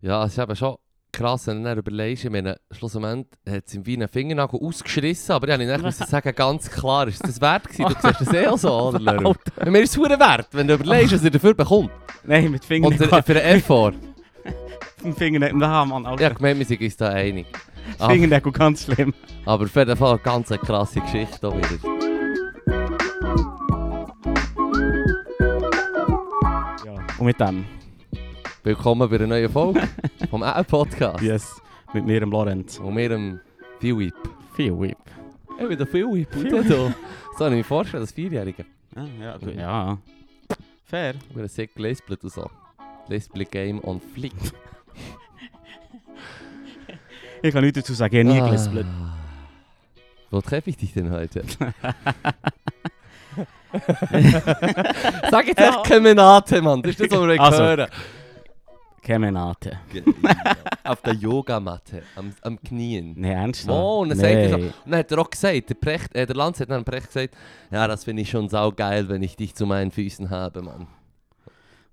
Ja, es ist eben schon krass, wenn du dann überlegst, ich meine, schlussendlich hat es ihm wie einen Fingernagel ausgeschissen, aber ja, ich dann musste sagen, ganz klar, ist das wert gewesen? Du siehst das eh auch so, oder? Leru? Alter. Mir ist es verdammt wert, wenn du überlegst, was er dafür bekommt. Nein, mit Finger Und der- für den Effort. Mit Fingernägeln, da, Mann, Ja, Alter. gemeint, wir sind uns da einig. Ja. Fingernägel, ganz schlimm. Aber auf jeden Fall eine ganz krasse Geschichte auch wieder. Ja. Und mit dem, Willkommen bei einer neuen Folge vom Apple-Podcast. yes, mit mir, dem Lorenz. Und mir, dem Philip. Viel Whip. Ich bin der Philip. So habe ich mir vorgestellt, als Vierjähriger. Ah, ja, gut. Ja. Fair. Ich bin sehr gelispelt und so. Lispelt Game on Flick. Ich kann nichts dazu sagen, ich habe nie gelispelt. Ah. Wo treffe ich dich denn heute? Sag jetzt echt Kemenate, Mann. Das ist das, was wir Also. hören. Kemenate. Genau. Auf der Yogamatte, am, am Knien. Nein, ernsthaft? Oh, und dann sagt er so- Nein. Und dann hat er auch gesagt, der, Precht, äh, der Lanz hat dann Precht gesagt, ja, das finde ich schon saugeil, wenn ich dich zu meinen Füßen habe, Mann.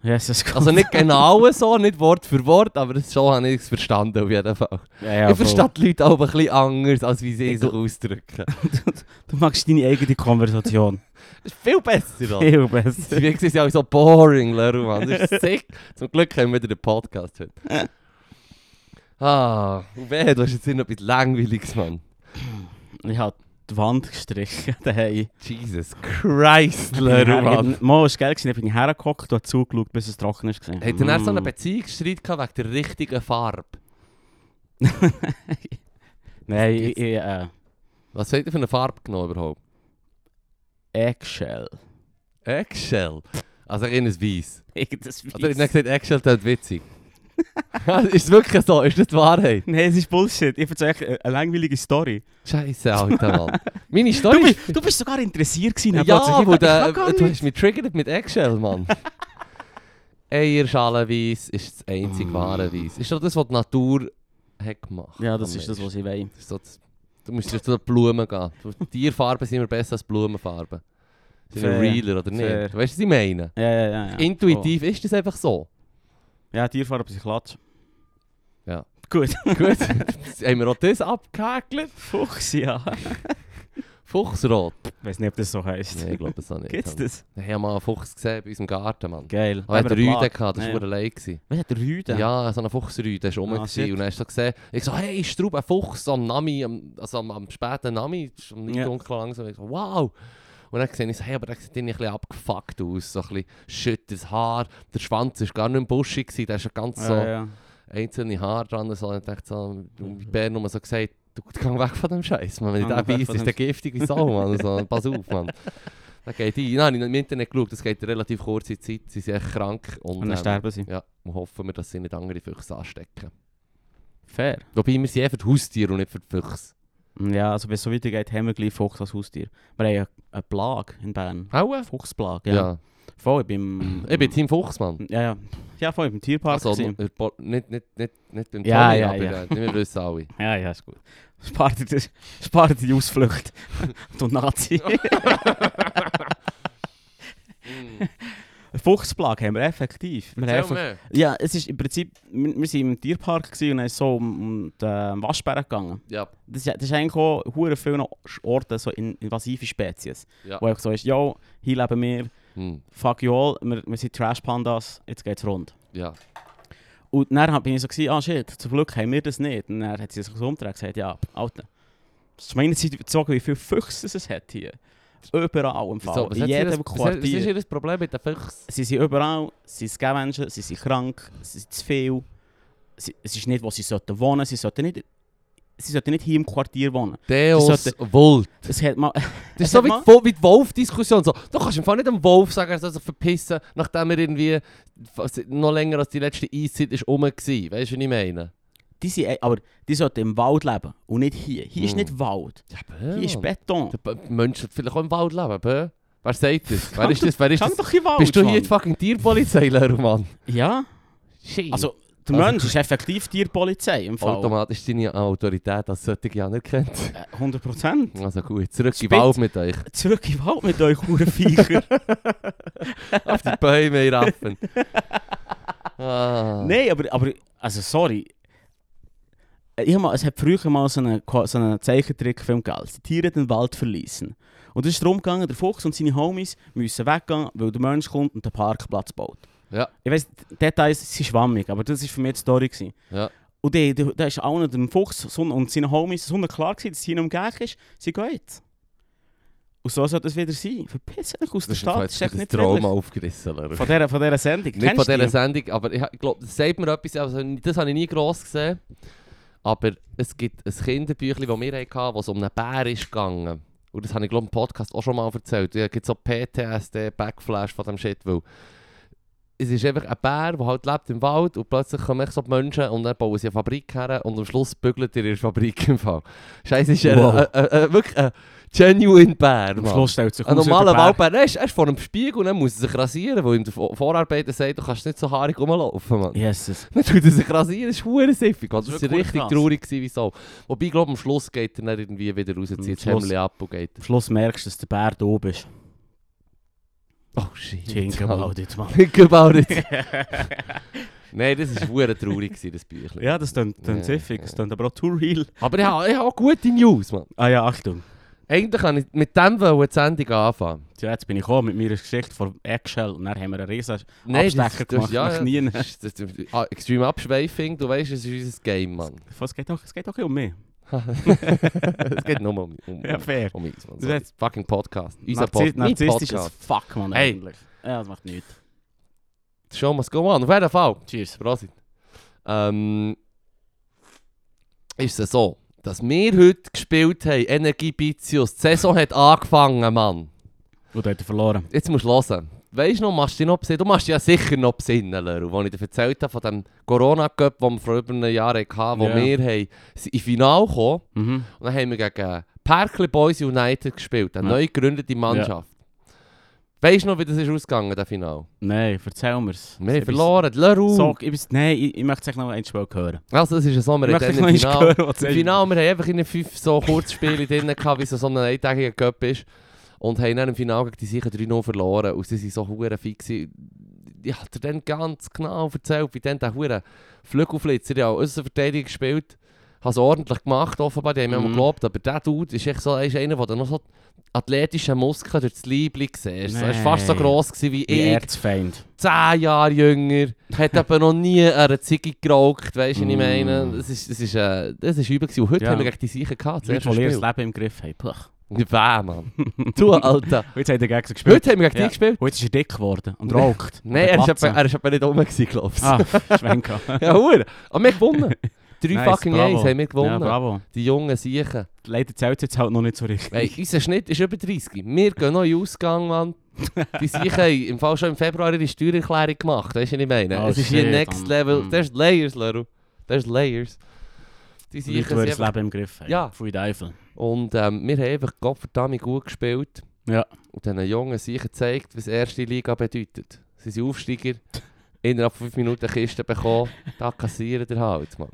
Jesus Gott. Also nicht genau so, nicht Wort für Wort, aber so habe ich es verstanden auf jeden Fall. Ja, ja, ich voll. verstehe die Leute auch ein bisschen anders, als wie sie Ich sich gl- ausdrücken. Du machst deine eigene Konversation. Das ist viel besser, Mann. Viel Das besser. ist ja auch so boring, Leru, Mann. Das ist sick. Zum Glück haben wir wieder den Podcast heute. Ah, und wehe, du hast jetzt irgendetwas Langweiliges, Mann. Ich habe die Wand gestrichen daheim. Jesus Christ, Leru, Mann. Mal, es war geil, gewesen, dann bin ich hergehockt und habe zugeschaut, bis es trocken ist. Hat er dann Mm. so einen Beziehungsstreit gehabt wegen der richtigen Farbe? Nein, ich, ich äh, Was hat er für eine Farbe genommen überhaupt? Eggshell. Eggshell. Also ich ein Weiss. Irgendwas Oder ich Weiss. habe gesagt, Eggshell klingt witzig. ist es wirklich so? Ist das die Wahrheit? Nein, es ist Bullshit. Ich erzähle euch eine, eine langweilige Story. Scheiße, Alter, Mann. Meine Du Story ist... bist, du bist sogar interessiert gewesen. Herr Platzer. Ja, eh, Ich- wo ich der, kann gar du nicht. hast mich triggert mit Eggshell, Mann. Eierschalenweiss ist das einzige wahre Weiss. Ist doch das, was die Natur hat gemacht Ah. Ja, das am ist das, meisten. was ich will. Das ist so das- Du musst jetzt zu den Blumen gehen. Die Tierfarben sind immer besser als Blumenfarben. Sind Fair. realer, oder nicht? Fair. Weißt du, was ich meine? Ja, ja, ja. ja. Intuitiv ist das einfach so. Oh. Ja, Tierfahrer, aber sie klatsch. Ja. Gut. Gut, jetzt haben wir auch das abgehäkelt. Fuchs, ja. Ich Fuchsrot. weiß nicht, ob das so heisst. Nein, ich glaube es auch nicht. Gibt's das? Ich habe mal einen Fuchs gesehen bei uns im Garten, Mann. Geil. Aber er Haben hat wir einen einen Rüden Plan? gehabt, das Ja, war ja. ja. leid. Gewesen. Was hat der Rüden? dus Ja, so ein Fuchsrüde war rum. Ah, gewesen. shit. und dann hast du gesehen, ich so, hey, ist Straub ein Fuchs am Nami, am, also am, am späten Nami, es ist um Ja. ja. dunkel langsam. Ich so, wow! Und dann sehe ich so, hey, aber der sieht irgendwie ein bisschen abgefuckt aus, so ein bisschen schüttes Haar, der Schwanz war gar nicht mehr buschig, gewesen, der ist schon ganz so Ja, ja. einzelne Haare dran. dus So. Und ich dachte so, wie Bär nur so gesagt, du geh weg von dem Scheiß, Mann. Wenn ich Geh den weg beiß, von ist dem der giftig wie Sau, Mann. So, pass auf, Mann. Da geht nou, die. Nein, ich habe im Internet geschaut, das geht in dus relativ kurze Zeit, sie sind echt krank. Und, Und dann sterben sie. ja, und hoffen wir, dass sie nicht andere Füchse anstecken. Fair. Wobei, wir sind eh für die Haustiere und nicht für die Füchse. Mm, Ja, also wenn es so weitergeht, haben wir gleich Fuchs als Haustier. Wir haben eine- eine Plage eh, in Bern. Hauen? Fuchsplage, Ja. ja. Voll, ich bin... Ich bin Team Fuchsmann. Ja, ja. Ja, voll, ich bin im Tierpark Also, gewesen. n- bo- nicht, nicht, nicht, nicht beim Tommy, Ja, ja, aber ja. äh, wir wissen alle. Ja, ja, ist gut. Spart dir, das- spart dir die Ausflucht. du Nazi. Hm. Fuchsplage haben wir effektiv. Wir haben Erzähl effektiv- mehr. ja, es ist im Prinzip... Wir, wir sind im Tierpark gewesen und dann so um, um den Waschbären gegangen. Ja, Das ist, das ist eigentlich auch hure viele noch Orte, so in, invasive Spezies. ja. Wo einfach so ist, yo, hier leben wir, Hm, fuck you all, wir, wir sind Trash-Pandas, jetzt geht's rund. ja. Und dann hab- bin ich so, gewesen, ah shit, zum Glück haben wir das nicht. Und dann hat sie sich so umgedreht und gesagt, ja, Alter, das ist meine Zeit überzogen, wie viele Füchse es hat hier. Überall im Fall, So, was in hat sie ihr- jedem was hat- Was ist Quartier. ihr Problem mit den Füchsen? Sie sind überall, sie sind Menschen, sie sind krank, sie sind zu viel. Sie, es ist nicht, wo sie sollten wohnen, sie sollten nicht... Sie sollten nicht hier im Quartier wohnen. Deus Sie Vult. Es hat mal... Das ist hat so wie mal- die, Vo- wie die Wolf-Diskussion. So, du kannst im Fall nicht dem Wolf sagen, er soll sich verpissen, nachdem er irgendwie was- noch länger als die letzte Eiszeit ist rum war. Weißt du, was ich meine? Die sind, aber die sollten im Wald leben und nicht hier. Hier ist Hm. nicht Wald, Ja, hier ist Beton. Der B- Mensch sollte vielleicht auch im Wald leben, bö? Wer sagt das? Wer ist das? Wer ist Schau das? doch in den Wald, Bist du hier Mann. die fucking Tierpolizei, Leru, Mann? Ja, Shit. also der Also- Mensch ist effektiv Tierpolizei im Fall. Automatisch deine Autorität als solche anerkennt. Äh, 100%. Also gut, zurück in Spitz. den Wald mit euch. Zurück in den Wald mit euch, Hurenviecher. Auf die Bäume raffen. Ah. Nein, aber, aber, also sorry. Eh, Ich hab mal, es hat früher mal so einen, so einen Zeichentrickfilm gegeben, als die Tiere den Wald verließen. Und es ist darum gegangen, der Fuchs und seine Homies müssen weggehen, weil der Mensch kommt und den Parkplatz baut. Ja. Ich weiss, die Details sind schwammig, aber das war für mich die Story. Gewesen. Ja. Und die- die- da ist allen dem Fuchs so- und seinen Homies so klar, gewesen, dass sie ihm umgegangen ist, sie geht. Und so soll das wieder sein. Verpiss dich aus der Das ist Stadt, Stadt, das ist echt nicht Trauma friedlich. aufgerissen. Lerner. Von dieser, von dieser Sendung. Nicht von Kennst du dieser die? Sendung, aber ich glaube, das sagt mir etwas, also, das habe ich nie gross gesehen. Aber es gibt ein Kinderbüchlein, das wir hatten, wo es um einen Bär ist gegangen. Und das habe ich glaube im Podcast auch schon mal erzählt. Es gibt so PTSD, Backflash von dem Shit, weil es ist einfach ein Bär, der halt lebt im Wald und plötzlich kommen echt so die Menschen und dann bauen sie eine Fabrik her und am Schluss bügelt ihr ihre Fabrik im Fall. Scheiße, ist er Wow. ein- ein- ein- wirklich ein genuine Bär. Am Mann. Schluss stellt sich Ein raus, normaler der Berg- Waldbär, er ist, er ist vor einem Spiegel und dann muss er sich rasieren, weil ihm der Vor- Vorarbeiter sagt, du kannst nicht so haarig rumlaufen, Mann. Jesus. Dann tut er sich rasieren, das ist hure siffig. Mann. Das ist Das war wirklich richtig krass. traurig, gewesen, wieso. Wobei, ich glaube, am Schluss geht er dann irgendwie wieder raus, Am zieht das Schluss. Hemdli ab und geht... Am Schluss merkst du, dass der Bär da oben ist. Oh shit. Think Alter. about it, Mann. Think about it. Nein, das war hure traurig, gewesen, das Büchlein. ja, das klingt Ja, klingt siffig. ja. Das klingt aber auch too real. Aber ich habe, ich habe auch gute News, Mann. Ah ja, Achtung. Eigentlich wollte ich mit dem wollte die Sendung anfangen. Tja, jetzt bin ich gekommen mit meiner Geschichte von Eggshell und dann haben wir einen riesen Nein, das- Abstecher das- gemacht. dus ja, nach ja. Knien. Das ist- das ist- ah, Extreme Abschweifing, du weißt, es ist unser Game, Mann. Es geht auch, es geht auch ein bisschen um mich. es geht nur um, um, Ja, um, fair. um uns, Mann. Das So, heißt- fucking Podcast. Unser Narzi Pod mein Narzisstisch as Podcast. fuck, man. Hey. eigentlich. Ja, das macht nichts. The Show must go on. Auf jeden Fall, Cheers. Prosit. Ähm, ist es so, dass wir heute gespielt haben, Energie Bizius. Die Saison hat angefangen, Mann. Und hat er verloren. Jetzt musst du hören. Weißt du noch, machst du dich noch besinnen? Du machst dich ja sicher noch besinnen, Leru. Als ich dir erzählt habe von dem Corona-Cup, den wir vor über einem Jahr hatten, wo Ja. wir haben, sind in Finale gekommen Mhm. Und dann haben wir gegen Perkle Boys United gespielt, eine Ja. neu gegründete Mannschaft. Weißt du noch, wie das ist ausgegangen, das Final? Nein, erzähl mir's. Wir Ich haben bin- verloren, Leroux. So, ich bin, nein, ich, ich möchte es noch ein Spiel hören. Also, das ist ein Sommer, ich in möchte diesem eins Final. hören, was du Im Final, wir haben einfach in den fünf so Kurzspiele drin gehabt, wie so so ein eintägiger Cup ist. Und haben dann im Final gegen die sicher 3-0 verloren. Und sie waren so hure fix. gewesen. Ich habe dir dann ganz genau erzählt, wie dann der hure Flügelflitzer, der auch Verteidigung gespielt hat, es ordentlich gemacht, offenbar, die haben mir Mhm. mhm. geglaubt. Aber der Dude ist echt so ist einer, der noch so athletische Muskeln durch das Leibli siehst. So, Er war fast so Nein. gross gewesen wie Wie ich. Erzfeind. 10 Jahre jünger, hat aber noch nie eine Ziege geraucht, weißt du, was ich meine? Mm. Das ist, das ist, äh, das ist übel gewesen. Und heute Ja. haben wir gegen die Sicher gehabt, Die zuerst Leute, die ihr gespielt. Leben im Griff haben. Plach. Wer, Mann? Du, Alter. Heute hat er gegen sie gespielt. Heute haben wir gegen Ja. die gespielt. Und jetzt ist er dick geworden und raucht. Nein, er ist, Platze. etwa, er ist etwa nicht rum, gewesen, glaubst du. Ah, Schwenka. Ja, Hure. Aber wir haben gewonnen. Drei Nice, fucking bravo. Eins haben wir gewonnen. Ja, bravo. die jungen Sicher. Leider zählt jetzt halt noch nicht so richtig. Hey, unser Schnitt ist über 30. Wir gehen noch in den Ausgang, Mann. Die Sicher haben im Fall schon im Februar ihre Steuererklärung gemacht, weißt du, was ich meine? Oh, es ist hier shit, Next Mann. Level. Mm. Das ist Layers, Leru. Das ist Layers. Die Die Leute, Sicher die ihr sind das Leben im Griff haben. Ja. Pfui Teufel. Und ähm, wir haben einfach Gottverdammt gut gespielt. Ja. Und diesen Jungen sicher gezeigt, was erste Liga bedeutet. Sie sind Aufsteiger, innerhalb von 5 Minuten Kisten bekommen, da kassieren der halt, Mann.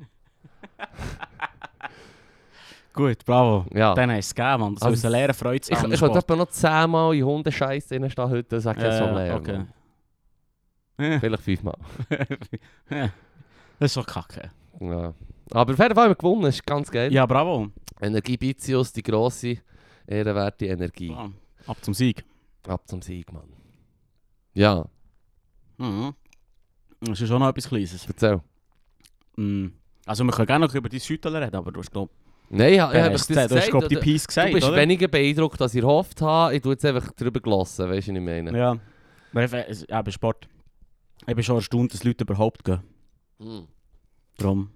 Gut, bravo. Ja. Dann hast du es gegeben, Mann. Das Also, ist eine leere Freude zu ich haben ich am könnte Sport. Eh, etwa noch 10 Mal in Hundescheiß drinnen stehen heute, das sage ich Ja, so leer. Äh, okay. Mann. Ja. Vielleicht 5 Mal. Ja. das ist so kacke. Ja. Aber auf jeden Fall haben wir gewonnen, das ist ganz geil. Ja, bravo. Energie Bizius, die grosse, ehrenwerte Energie. Ja. Ab zum Sieg. Ab zum Sieg, Mann. Ja, Mhm. Das ist schon noch etwas Kleines. erzähl. Mhm. Also wir können gerne noch über die Südtaler reden, aber du hast glaub, Nein, ich, ich habe du das hast, du hast glaub, gesagt, die Peace gesagt, Du bist oder? weniger beeindruckt, als ich erhofft habe. Ich tue jetzt einfach drüber gelassen, weißt du, was ich meine? Ja. Aber ich- es- Eben Sport. Ich bin schon erstaunt, dass Leute überhaupt gehen. Hm. Darum.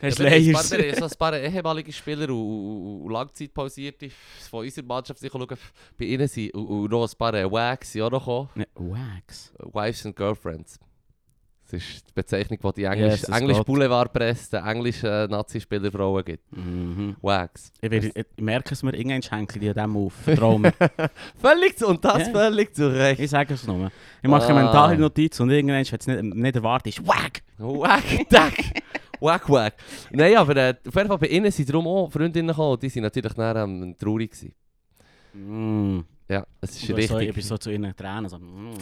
Ja, Hast wir haben ein Layers. paar- wir haben so ein paar ehemalige Spieler und, und, und Langzeitpausierte von unserer Mannschaft, die ich schaue, bei ihnen sind und, und noch ein paar Wags sind auch noch gekommen. Ne, Wax. Wives and Girlfriends. Das ist die Bezeichnung, die die Englisch, Yes, es Englisch geht. Boulevardpresse, den englischen äh, Nazi-Spielerfrauen gibt. Mhm. Wags. Ich, werde, ich merke es mir, irgendwann schenke ich dir dem auf. Vertrau mir. Völlig zu, und das Ja. völlig zu Recht. Ich sage es nur. Ich mache eine Ah. mentale Notiz und irgendwann, wenn es nicht, nicht erwartet ist, wack! Wack, tack. Wack, wack. Nein, aber äh, auf jeden Fall bei ihnen sind darum auch Freundinnen gekommen und die sind natürlich nachher ähm, traurig gewesen. Mm. Ja, es ist Ich bin so, ich bin richtig. so zu ihren Tränen. So, mm.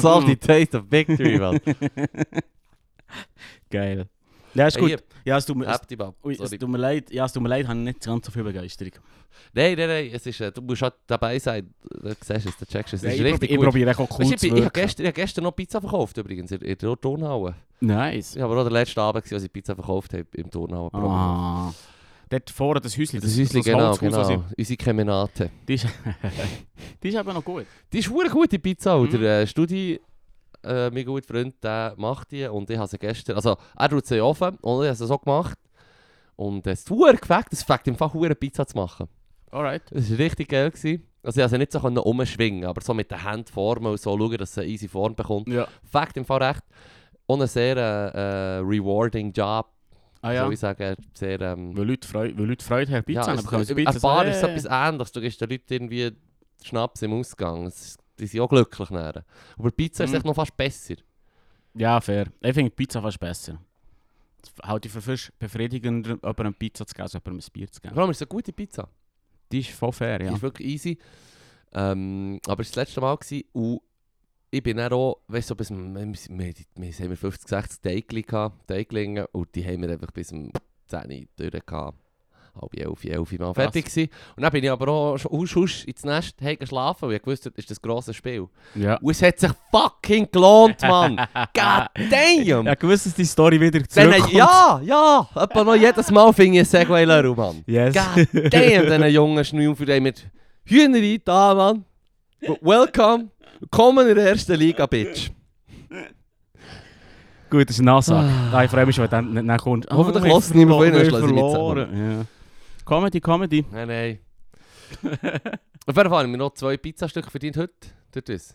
Salty taste of victory, man. Geil. Ja, ist Hey, gut. hier. Ja, es tut mir, es, Habt die Bab. ui, es Sorry. tut mir leid, ja, es tut mir leid, habe ich nicht ganz so viel Begeisterung. Nein, nein, nein, es ist, äh, du musst halt dabei sein. Du siehst es, du checkst es. Es ich ist richtig probi- ich gut. probiere auch cool Weißt, zu du, ich, bin- ich habe wirken. gestern, ich hab gestern noch Pizza verkauft übrigens, in, in der Turnhalle. Nice. Ich war aber auch der letzte Abend, gewesen, als ich Pizza verkauft habe, im Turnhalle. Ah. Dort vorne das Häuschen. Das ist unsere, genau, Holzhaus, also. genau. was ich- Unsere Kemenate. Die ist, die ist eben noch gut. Die ist eine gute Pizza. Und Mhm. der äh, Studi, äh, mein guter Freund, der macht die. Und ich habe sie gestern, also er tut sie in den Ofen und ich habe sie so gemacht. Und äh, es ist verdammt gefällt, es fängt im Fall verdammt, Pizza zu machen. Alright. Es war richtig geil. Gewesen. Also ich konnte sie nicht so können umschwingen, aber so mit den Händen formen und so schauen, dass sie eine easy Form bekommt. Ja. Fakt im Fall recht. Und ein sehr äh, äh, rewarding Job, Ah ja. ja. soll ich sagen. Sehr, ähm, Weil Leute Freude, weil Leute Freude haben, Pizza ja, haben, es- bekommen sie Ein Pizza. so, Bar ist so äh. etwas ähnliches. Du gibst den Leuten irgendwie Schnaps im Ausgang. Es ist- Die sind auch glücklich nachher. Aber Pizza ist Mhm. echt noch fast besser. Ja, fair. Ich finde Pizza fast besser. Es Halte ich für fast befriedigender, jemandem Pizza zu geben, als jemandem ein Bier zu Vor geben. allem ist es eine gute Pizza. Die ist voll fair, Die ja. ist wirklich easy. Ähm, aber es war das letzte Mal gewesen, und ich bin dann auch, weißt du, so bis, wir, wir, wir, wir haben wir 50, 60 Teigli gehabt, Teiglinge, und die haben wir einfach bis um 10 Uhr durch gehabt. Halb 11, 11 Uhr mal Krass. fertig gewesen. Und dann bin ich aber auch schon husch, husch ins Nest hey, geschlafen, weil ich gewusst habe, das ist das grosse Spiel. Ja. Und es hat sich fucking gelohnt, Mann! God damn! Ja, gewusst, dass die Story wieder Dann, zurückkommt. ja, ja! Etwa noch jedes Mal finde ich einen Segway Leru, Mann. Yes. God damn, diesen jungen Schnüffel ey, mit Hühnerei da, Mann. Welcome. Willkommen in der ersten Liga, Bitch. Oh, Gut, das ist ein Ansage. Ah. Ah, ich freue mich, wenn du dann dann kommst. Ah, Hoffentlich wir hört's niemand von Ihnen, verloren, schlägt sie wir nicht verloren. Ja. Comedy, Comedy. Nein, nein. Auf jeden Fall haben wir noch zwei Pizzastücke verdient heute. Tut das.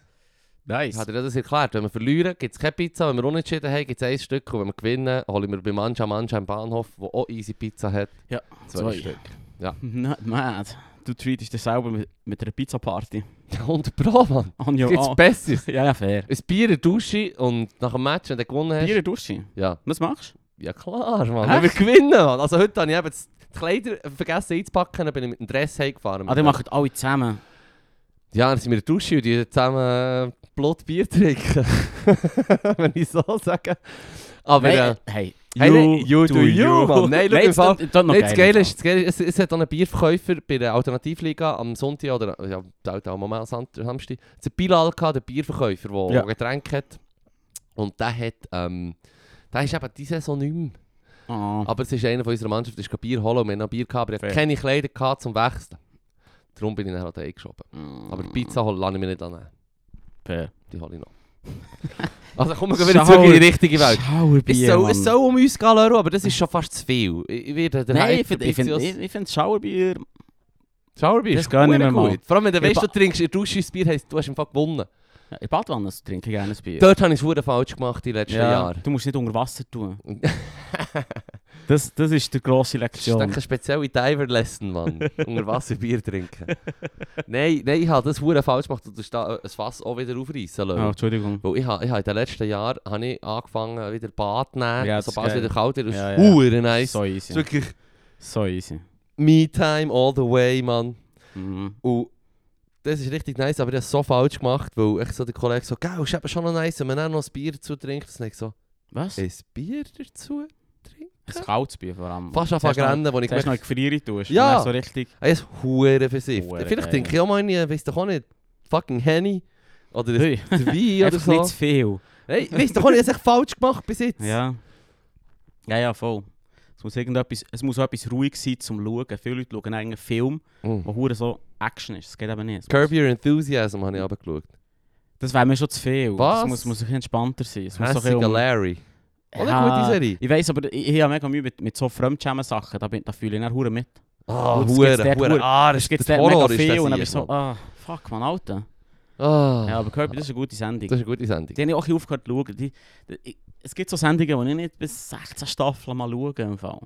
Ich Nice. habe dir das erklärt. Wenn wir verlieren, gibt es keine Pizza. Wenn wir unentschieden haben, gibt es ein Stück. Und wenn wir gewinnen, holen wir bei Mancha Mancha im Bahnhof, wo auch easy Pizza hat, Ja, zwei, zwei. Stück. Not mad. Du treatest dich selber mit, mit einer Pizza-Party. Ja, und Pro, Mann. On your Gibt's own. Besseres? Ja, ja, fair. Ein Bier, eine Dusche und nach dem Match, wenn du gewonnen hast. Bier duschen. Ja. Was machst Ja klar, Mann. Echt? Wenn wir gewinnen, Mann. Also heute habe ich eben das- die Kleider vergessen einzupacken, dann bin ich mit dem Dress heimgefahren. du? Ah, die machen alle zusammen. Ja, dann sind wir in der Dusche und die zusammen äh, Blutbier trinken. Wenn ich so sage. Aber... äh, Nein, hey, Hey, nein, you do you, Mann. Nein, schau, im das- Fall- das- das noch Nein, das geil Geile ist, das Geile ist es, es hat auch einen Bierverkäufer bei der Alternativliga am Sonntag oder ja, auch am Moment Samstag. Es hat Bilal gehabt, der Bierverkäufer, der Ja. ja. Getränke hat. Und der hat, ähm, der ist eben diese Saison nicht mehr. Ah. Aber es ist einer von unserer Mannschaft, der ist kein Bier holen und wir haben noch Bier gehabt, aber ich Fair. hatte keine Kleider gehabt zum Wechseln. Darum bin ich dann halt eingeschoben. Mm. Aber die Oh, Pizza holen lasse ich mir nicht annehmen. Fair. Die hole ich noch. also kommen wir wieder zurück in die richtige Welt. Es Schauerbier, soll, Mann. es soll um uns gehen, Leru, aber das ist schon fast zu viel. Ich ich werde der Nein, Hype ich finde ein ich find, bisschen ich, ich find Schauerbier... aus- Schauerbier Das ist gar nicht verdammt mehr mal. gut. Vor allem, wenn du Ich weißt, du ba- trinkst in der Dusche ein Bier, heisst du hast im Fall gewonnen. Ja, In Badwanne trinke ich gerne ein Bier. Dort habe ich es verdammt falsch gemacht in den letzten Jahren. Du musst nicht unter Wasser tun. das, das ist die grosse Das ist Lektion. eine spezielle Diver-Lesson, Mann. Unter Wasser Bier trinken. nein, nein, ich habe das verdammt falsch gemacht und das Sta- das Fass auch wieder aufreißen Oh, lassen. Entschuldigung. Weil ich habe ich ha in den letzten Jahren habe ich angefangen, wieder Bad zu nehmen, Ja, das ist sobald es geil. wieder kalt wird. Das Ja, ist ja. hure nice. So Das ist easy. wirklich So easy. Me-Time all the way, Mann. Mhm. Und das ist richtig nice, aber ich habe so falsch gemacht, weil ich so der Kollege so, «Gau, ist eben schon noch nice, wenn man auch noch ein Bier dazu trinkt.» Und ich so, Was? «Ein Bier dazu trinken?» Ein kaltes Bier vor allem. Fast anfangen zu rennen, wo ich Ich hast gemerkt noch in die Gefriere tust. Ja. und dann So richtig... habe, «Ey, es ist hure versifft.» Hure Vielleicht geil. trinke ich auch mal einen, weiss doch auch nicht, fucking Henny oder ein Hey, Wein oder einfach so. nicht zu viel. Hey, weiss doch auch nicht, ich habe es echt falsch gemacht bis jetzt. Ja. Ja, ja, voll. Es muss, irgendetwas, es muss auch etwas ruhig sein zum Schauen. Viele Leute schauen einen Film, Mm. wo hure so Action ist. Das geht eben nicht. Es Curb muss- Your Enthusiasm habe ich runtergeschaut. Das wäre mir schon zu viel. Was? Es muss, muss ein bisschen entspannter sein. Es muss so ein bisschen Hässiger um- Larry. Oder Ja, gute Serie. Ich weiß, aber ich, ich habe mega Mühe mit, mit so Fremdschämen-Sachen. Da, bin- da fühle ich dann hure mit. Ah, Und es hure, gibt's dort hure. hure- Ah, das Es gibt ist dort der mega Horror ist viel das und dann hier, bin ich so, Mann. ah, fuck, man, Alter. Ah, Ja, aber Kirby, das ist eine gute Sendung. das ist eine gute Sendung. Die habe ich auch ein bisschen aufgehört zu schauen. Die, die, ich- es gibt so Sendungen, die ich nicht bis 16 Staffeln mal schaue. Im Fall.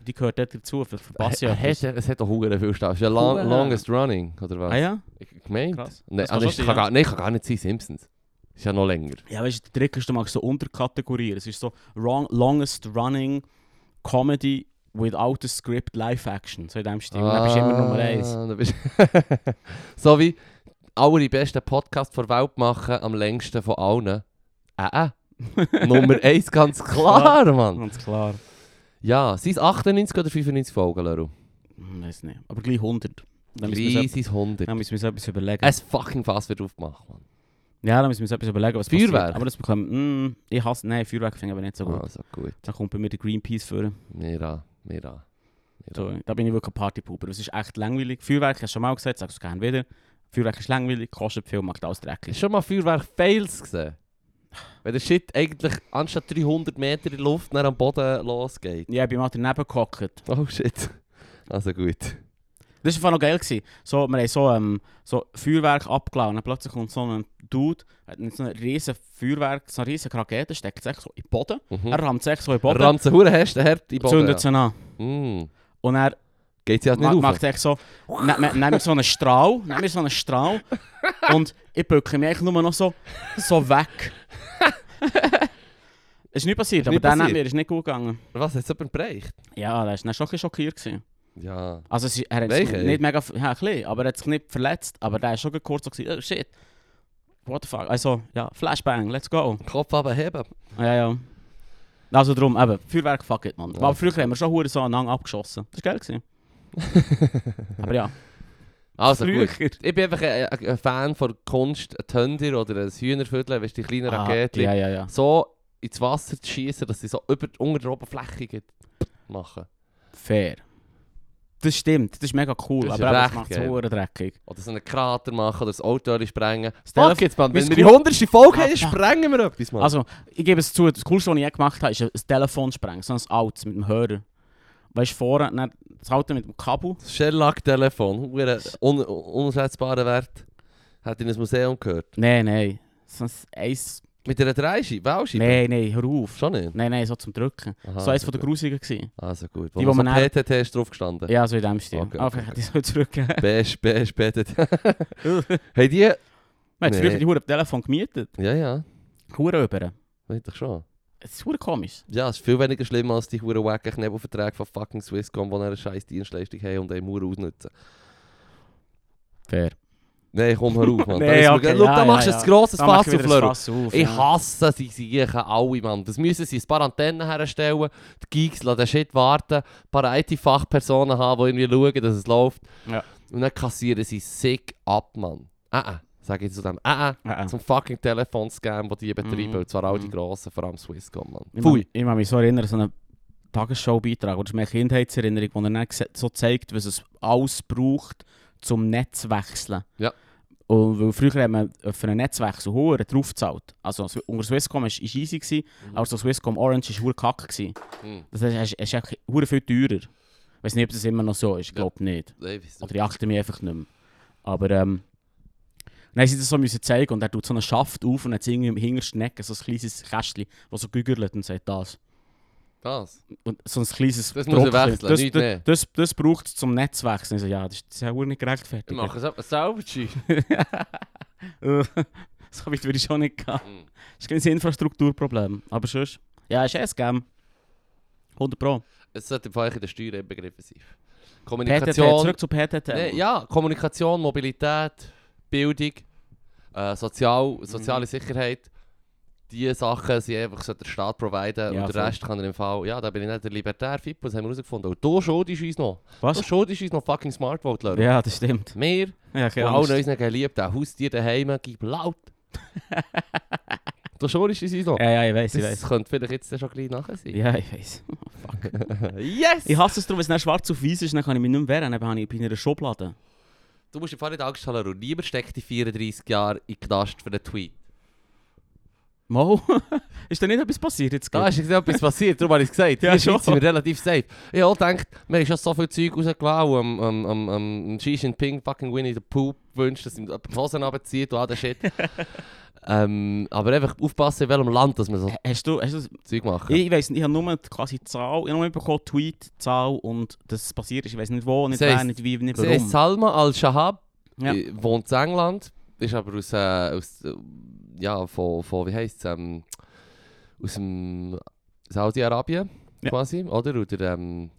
Die gehört dort dazu, vielleicht verpasse ich Äh, etwas. hat- Es hat doch hure viel Staffel. Es ist ja long, Hure. longest running, oder was? dus. Ah ja? Ich gemeint. Krass. Nein, Das kann also schon es sein, kann ja. gar, nein, kann gar nicht sein, Simpsons. Ist ja noch länger. Ja, weißt du, der Trick ist, du machst so Unterkategorien. Es ist so wrong, Longest Running Comedy without a script Live-Action. So in dem Stil. Und Dann bist du immer Nummer eins. Ah, dann bist- so wie alle besten Podcasts der Welt machen, am längsten von allen. Äh, äh. Nummer eins, ganz klar, Mann. Ganz klar. Ja, sind es 98 oder 95 Folgen, Leru? Hm, Weiß nicht. Aber gleich 100. Dann müssen wir uns Gleich etwas- sind es 100. dann müssen wir uns etwas überlegen. Ein fucking Fass wird aufgemacht, Mann. Ja, dann müssen wir uns etwas überlegen, was Feuerwerk? passiert. Aber das bekommen... Mm, ich hasse... Nein, Feuerwerk finde ich aber nicht so gut. Also gut. Da kommt bei mir der Greenpeace vor. Mir an, mir an. So, da bin ich wirklich ein Partypuber. Das ist echt langweilig. Feuerwerk, hast du schon mal gesagt, sagst du gerne wieder. Feuerwerk ist langweilig, kostet viel, macht alles dreckig. Hast du schon mal Feuerwerk-Fails gesehen? Wenn der Shit eigentlich anstatt 300 Meter in die Luft nach am Boden losgeht. Ja, ich bin mal daneben gehockt. Oh shit. Also gut. Das war einfach noch geil. Gewesen. So, wir haben so, ähm, so Feuerwerk abgeladen und dann plötzlich kommt so ein Dude, hat mit so einem riesen Feuerwerk, so eine riesen Rakete, steckt sich so in den Boden. Mhm. Er rammt sich so in den Boden, Rammt sie hure hast, der hart in den Boden. zündet sie an. Mm. Und er Geht sie halt nicht ma auf? macht sich so, nimmt mir- nimmt mir so einen Strahl, nimmt mir so einen Strahl und ich bücke mich eigentlich nur noch so, so weg. ist nicht passiert, Ist aber nicht dann hat passiert. mir ist nicht gut gegangen. Was, hat es jemand bereicht? Ja, da ist dann schon ein bisschen schockiert gewesen. Ja. Also es, ist- er hat Welche? sich nicht mega, ja, ein bisschen, aber er hat sich nicht verletzt, aber der ist schon kurz so gewesen, oh shit, what the fuck, also ja, Flashbang, let's go. Kopf abheben. Ja, ja. Also drum, eben, Feuerwerk, fuck it, man. Ja. Aber früher haben wir schon verdammt so aneinander abgeschossen. Das war geil. Gewesen. aber ja. Also früher. gut. Ich bin einfach ein, ein- ein Fan von Kunst, ein Tönder oder ein Hühnerviertel, weißt du, die kleinen Ah, Raketen. Ja, ja, ja. So ins Wasser zu schießen, dass sie so über, unter der Oberfläche geht. machen. Fair. Das stimmt, das ist mega cool, Das ist aber recht das macht es geil. verdammt dreckig. Oder so einen Krater machen oder das Auto alle sprengen. Telef- Fuck jetzt, Mann. mein Wenn wir die Scoop- 100. Folge Ah, haben, fuck. sprengen wir etwas, Mann. Also, ich gebe es zu, das Coolste, was ich je gemacht habe, ist ein Telefon sprengen, so ein altes mit dem Hörer. Weißt du, vorne, dann das Auto mit dem Kabel. das Shellac-Telefon, hure un unersetzbarer Wert. Hat in ein Museum gehört. Nein, nein. So ein Eis. Mit einer Dreischiebe, Wahlscheibe? Nein, nein, hör auf. Schon nicht? Nein, nein, so zum Drücken. Aha, so eins also von der gut. Grusigen gewesen. Also gut. Wo man Die, wo so man dann- PTT ist drauf gestanden. Ja, so in dem Stil. Okay, Okay, ah, okay, vielleicht hätte ich es auch zurückgegeben. Beige, beige, PTT. Man hey, die... hat Nee. früher die Hure am Telefon gemietet. Ja, ja. Hure über. Weiß doch schon. Es ist hure komisch. Ja, es ist viel weniger schlimm als die huren wacken Knebelverträge von fucking Swisscom, die eine scheiß Dienstleistung haben und einen Mauer ausnutzen. Fair. Nein, komm, hör auf, Mann. Da Nee, ist mir- okay, Schau, ja, da ja, machst du ja. ein grosses Da mache Fass ich wieder auf, das Leru. Fass auf. Ich ja. hasse sie, siechen alle, Mann. Das müssen sie ein paar Antennen herstellen, die Geeks lassen den Shit warten, ein paar IT-Fachpersonen haben, die irgendwie schauen, dass es läuft. Ja. Und dann kassieren sie sick ab, Mann. Äh, äh, sag ich zu dem. Äh, äh. Ah, ah. Zum fucking Telefonscam, den die betreiben. Mhm. Und zwar all die Mhm. grossen, vor allem Swisscom, Mann. Ich Pfui. mag- Ich kann mich so erinnern, so einen Tagesschau-Beitrag, oder das ist meine Kindheitserinnerung, wo er dann gese- so zeigt, was es alles braucht, zum Netz zu wechseln. Ja. Und weil früher hat man für einen Netzwechsel hoher drauf gezahlt. Also Swi- unter Swisscom war es easy, gewesen, aber so Swisscom Orange war hoher kacke. gewesen. Mhm. Das heißt, es ist- es ist echt hoher viel teurer. Ich weiß nicht, ob das immer noch so ist, ich Ja. glaube nicht. Nein, weiss nicht. Oder ich achte mich einfach nicht mehr. Aber ähm, dann haben sie das so müssen zeigen und er tut so einen Schaft auf und hat irgendwie im hintersten Ecken so ein kleines Kästchen, das so gügelt und sagt das. Das. Und so ein kleines Das muss er Bröckchen. wechseln, das, nicht das, mehr. das, das, braucht es zum Netzwechseln. Ich so, ja, das ist, das ist ja wohl nicht gerechtfertigt. Ich mache es selber, Chi. das habe ich würde ich schon nicht gehabt. Mm. Das ist ein Infrastrukturproblem. Aber sonst, ja, ist eh ein Scam. 100 Pro. Es sollte im Fall in der Steuer eben begriffen sein. PTT, Kommunikation. zurück zu PTT. Nee, ja, Kommunikation, Mobilität, Bildung, äh, Mhm. Sozial, soziale Sicherheit. Die Sachen sind einfach, sollte der Staat providen Ja, und der voll. Rest kann er im Fall... Ja, da bin ich nicht der libertär Fippo, das haben wir herausgefunden. Und du schuldest uns noch. Du Was? schuldest uns noch fucking Smartvote, Leute. Ja, Genau. das stimmt. Wir, Ja, keine und Angst. allen unseren Geliebten, Haustier daheim, gib laut. du schuldest uns noch. ja, ja, ich weiß, ich das weiß. könnte vielleicht jetzt dann schon gleich nachher sein. Ja, ich weiß. Yes! Ich hasse es darum, wenn es dann schwarz auf weiß ist, dann kann ich mich nicht mehr wehren. Dann habe ich bei einer Schublade. Du musst im Fall nicht Angst haben, Leru. Niemand steckt die 34 Jahre in den Knast für einen Tweet. Mo, ist da nicht etwas passiert jetzt? Da gerade? ist jetzt etwas passiert, darum habe ich es gesagt. Hier Ja, in der Schweiz schon. sind wir relativ safe. Ich habe auch gedacht, wir haben schon so viel Zeug rausgelassen. Ähm, ähm, ähm, ähm, Xi Jinping, fucking Winnie the Pooh gewünscht, dass ihm jemand die Hosen runterzieht und all den Shit. ähm, aber einfach aufpassen, in welchem Land dass wir so Hast du, hast du Zeug machen. Äh, Ich weiß nicht, ich habe nur die quasi Zahl, ich habe nur bekommen, Tweet, Zahl und dass es passiert ist. Ich weiß nicht wo, nicht Sie wer, heisst- nicht wie, nicht Sie heisst warum. Salma Al-Shahab, Ja. äh, wohnt in England, ist aber aus, äh, aus äh, ja, von, von wie heisst es, ähm, aus dem Saudi-Arabien Ja. quasi, oder? Oder ähm,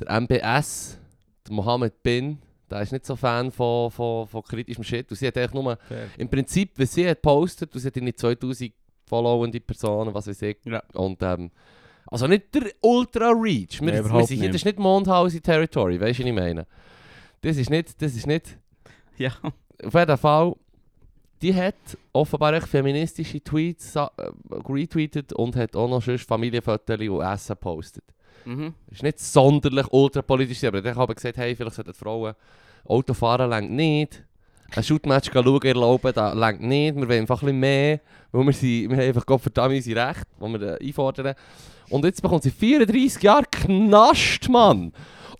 der MBS, der Mohammed Bin, der ist nicht so Fan von, von, von kritischem Shit. Und sie hat eigentlich nur, Fair. im Prinzip, was sie hat postet, und sie hat irgendwie 2000 followende Personen, was weiß ich. Ja. Und, ähm, also nicht der Ultra-Reach. Wir, Nee, wir überhaupt sind hier, nicht. das ist nicht Mondhausen-Territory, weißt du, was ich meine? Das ist nicht, das ist nicht... Ja. Auf jeden Fall, die hat offenbar echt feministische Tweets äh, retweetet und hat auch noch sonst Familienfotos und Essen gepostet. Mhm. ist nicht sonderlich ultrapolitisch, aber ich habe gesagt, hey, vielleicht sollten die Frauen Autofahren lenkt nicht. Ein Shootmatch gehen schauen, erlauben, das lenkt nicht. Wir wollen einfach ein bisschen mehr, weil wir, sind, wir haben einfach Gottverdammt unsere Rechte, die wir äh, einfordern. Und jetzt bekommt sie 34 Jahre Knast, Mann.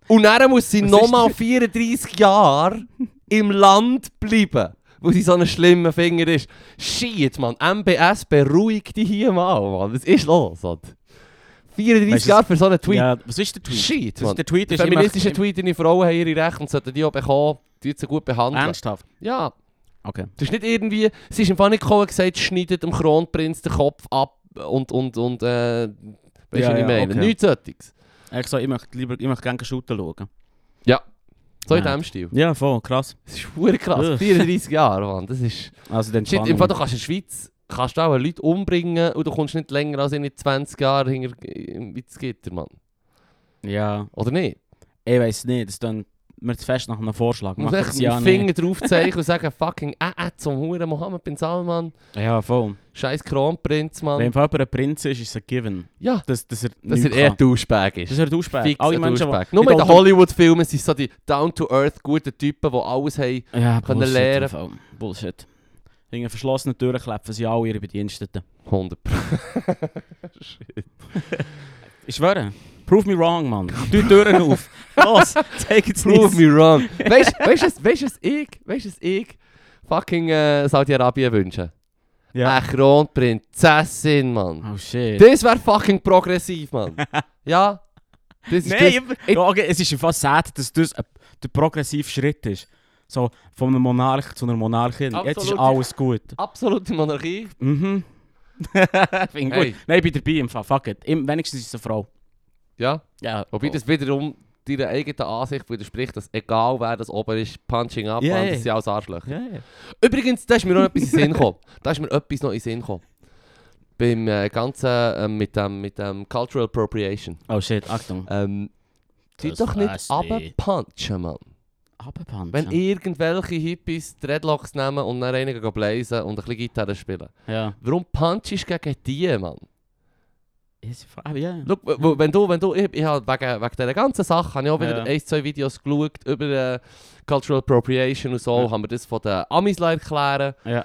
Und dann muss sie Was ist nochmal das? 34 Jahre im Land bleiben, weil sie so ein schlimmer Finger ist. Shit, Mann. MBS, beruhig dich hier mal, Mann. Was ist los? Mann? 34 Weißt du, Jahre für so einen Tweet. Ja, was ist der Tweet? Shit, Das Mann. ist der Tweet Die ist ich feministischen möchte- Tweet, deine Frauen haben ihre Rechte und sollten die auch bekommen. Die sie gut behandeln. Ernsthaft? Ja. Okay. Das ist nicht irgendwie... Sie ist im Fall nicht gekommen und gesagt, schneidet dem Kronprinz den Kopf ab und... und, und äh, weißt du, Ja, was ich ja, meine? okay. Nichts solches. Ich, so, ich möchte lieber, ich möchte gerne Shooter schauen. So in Ja. dem Stil. Ja, voll, krass. Das ist verdammt Ugh. krass. 34 Jahre, Mann. Das ist... Also den Shit, im Fall, du kannst in der Schweiz... Kannst du auch Leute umbringen und du kommst nicht länger als in 20 Jahren hinter, ins Gitter, Mann. Ja, Oder nicht? ich weiß nicht, das dann mir zu fest nach einem Vorschlag. Du musst Mach das echt ja mit dem Finger nicht. drauf zeigen und sagen, fucking äh, äh zum Huren Mohammed bin Salman. Ja, voll. Scheiß Kronprinz, Mann. Wenn im Fall jemand ein Prinz ist, ist es ein Given. ja, Dass, dass er dass nichts er eher kann. Duschbag Dass ist. er Duschbag. Fix Alle ein Menschen, die- Duschbag. Nur in den Alter- Hollywood-Filmen sind so die down-to-earth guten Typen, die alles haben. Ja, Können Bullshit, lernen. im Fall. Bullshit. Hinter verschlossenen Türen klepfen sie alle ihre Bediensteten. 100 Ich schwöre. Prove me wrong, Mann. Du Türen auf. Los, zeig jetzt Prove me wrong. Weißt du, weißt du, was ich, weißt du, was ich fucking äh, Saudi-Arabien wünsche? Ja. Eine Kronprinzessin, Mann. Oh shit. Das wäre fucking progressiv, Mann. ja. Das ist Nein, ich- ja, okay, es ist im Fall sad, dass das ein- der progressive Schritt ist. So, von einem Monarch zu einer Monarchin. Jetzt ist Absolut. alles gut. das absolute Monarchie. Mhm. Finde ich Hey. gut. Nein, ich bin dabei im Fall. Fuck it. Im, wenigstens ist es eine Frau. Ja. Ja. Wobei das wiederum deiner eigenen Ansicht widerspricht, dass egal wer das oben ist, punching up, Ja, yeah, ja. das sind alles Arschlöcher. Ja, ja. Übrigens, da ist mir noch etwas in den Sinn gekommen. Da ist mir etwas noch in den Sinn gekommen. Beim äh, ganzen, ähm, mit, dem, mit dem Cultural Appropriation. Oh shit, Achtung. Ähm, tu Das doch nicht weiss ich. runterpunchen, Mann. Eh, Abpanzen. Wenn irgendwelche Hippies Dreadlocks nehmen und dann einen gehen blazen und ein bisschen Gitarre spielen. Ja. Warum punchst du gegen die, Mann? Ist die Frage, ja. ja. Schau, w- w- wenn du, wenn du, ich, ich hab wegen, wegen dieser ganzen Sache habe ich auch wieder Ja. ein, zwei Videos geschaut über äh, Cultural Appropriation und so, Ja. haben wir das von den Amis erklären, Ja.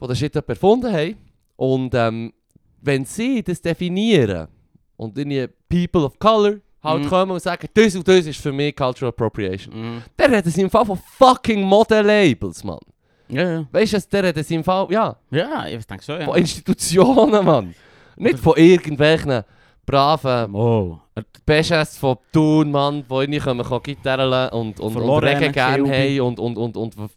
wo das Shit jemand erfunden haben. Und ähm, wenn sie das definieren und in die People of Color halt Mhm. kommen und sagen, das und das ist für mich Cultural Appropriation, Mhm. dann reden sie im Fall von fucking Modelabels, Mann. Ja, ja. Weißt du, dann reden sie im Fall, ja, Ja, ich denke schon, ja. von Institutionen, Mann. Nicht von irgendwelchen braven Oh. Er- Beschäftigte von Thun, Mann, die nicht kommen kann, Gitarren und, und, und Verloren Regen haben, gerne Kilby. haben und, und, und, und...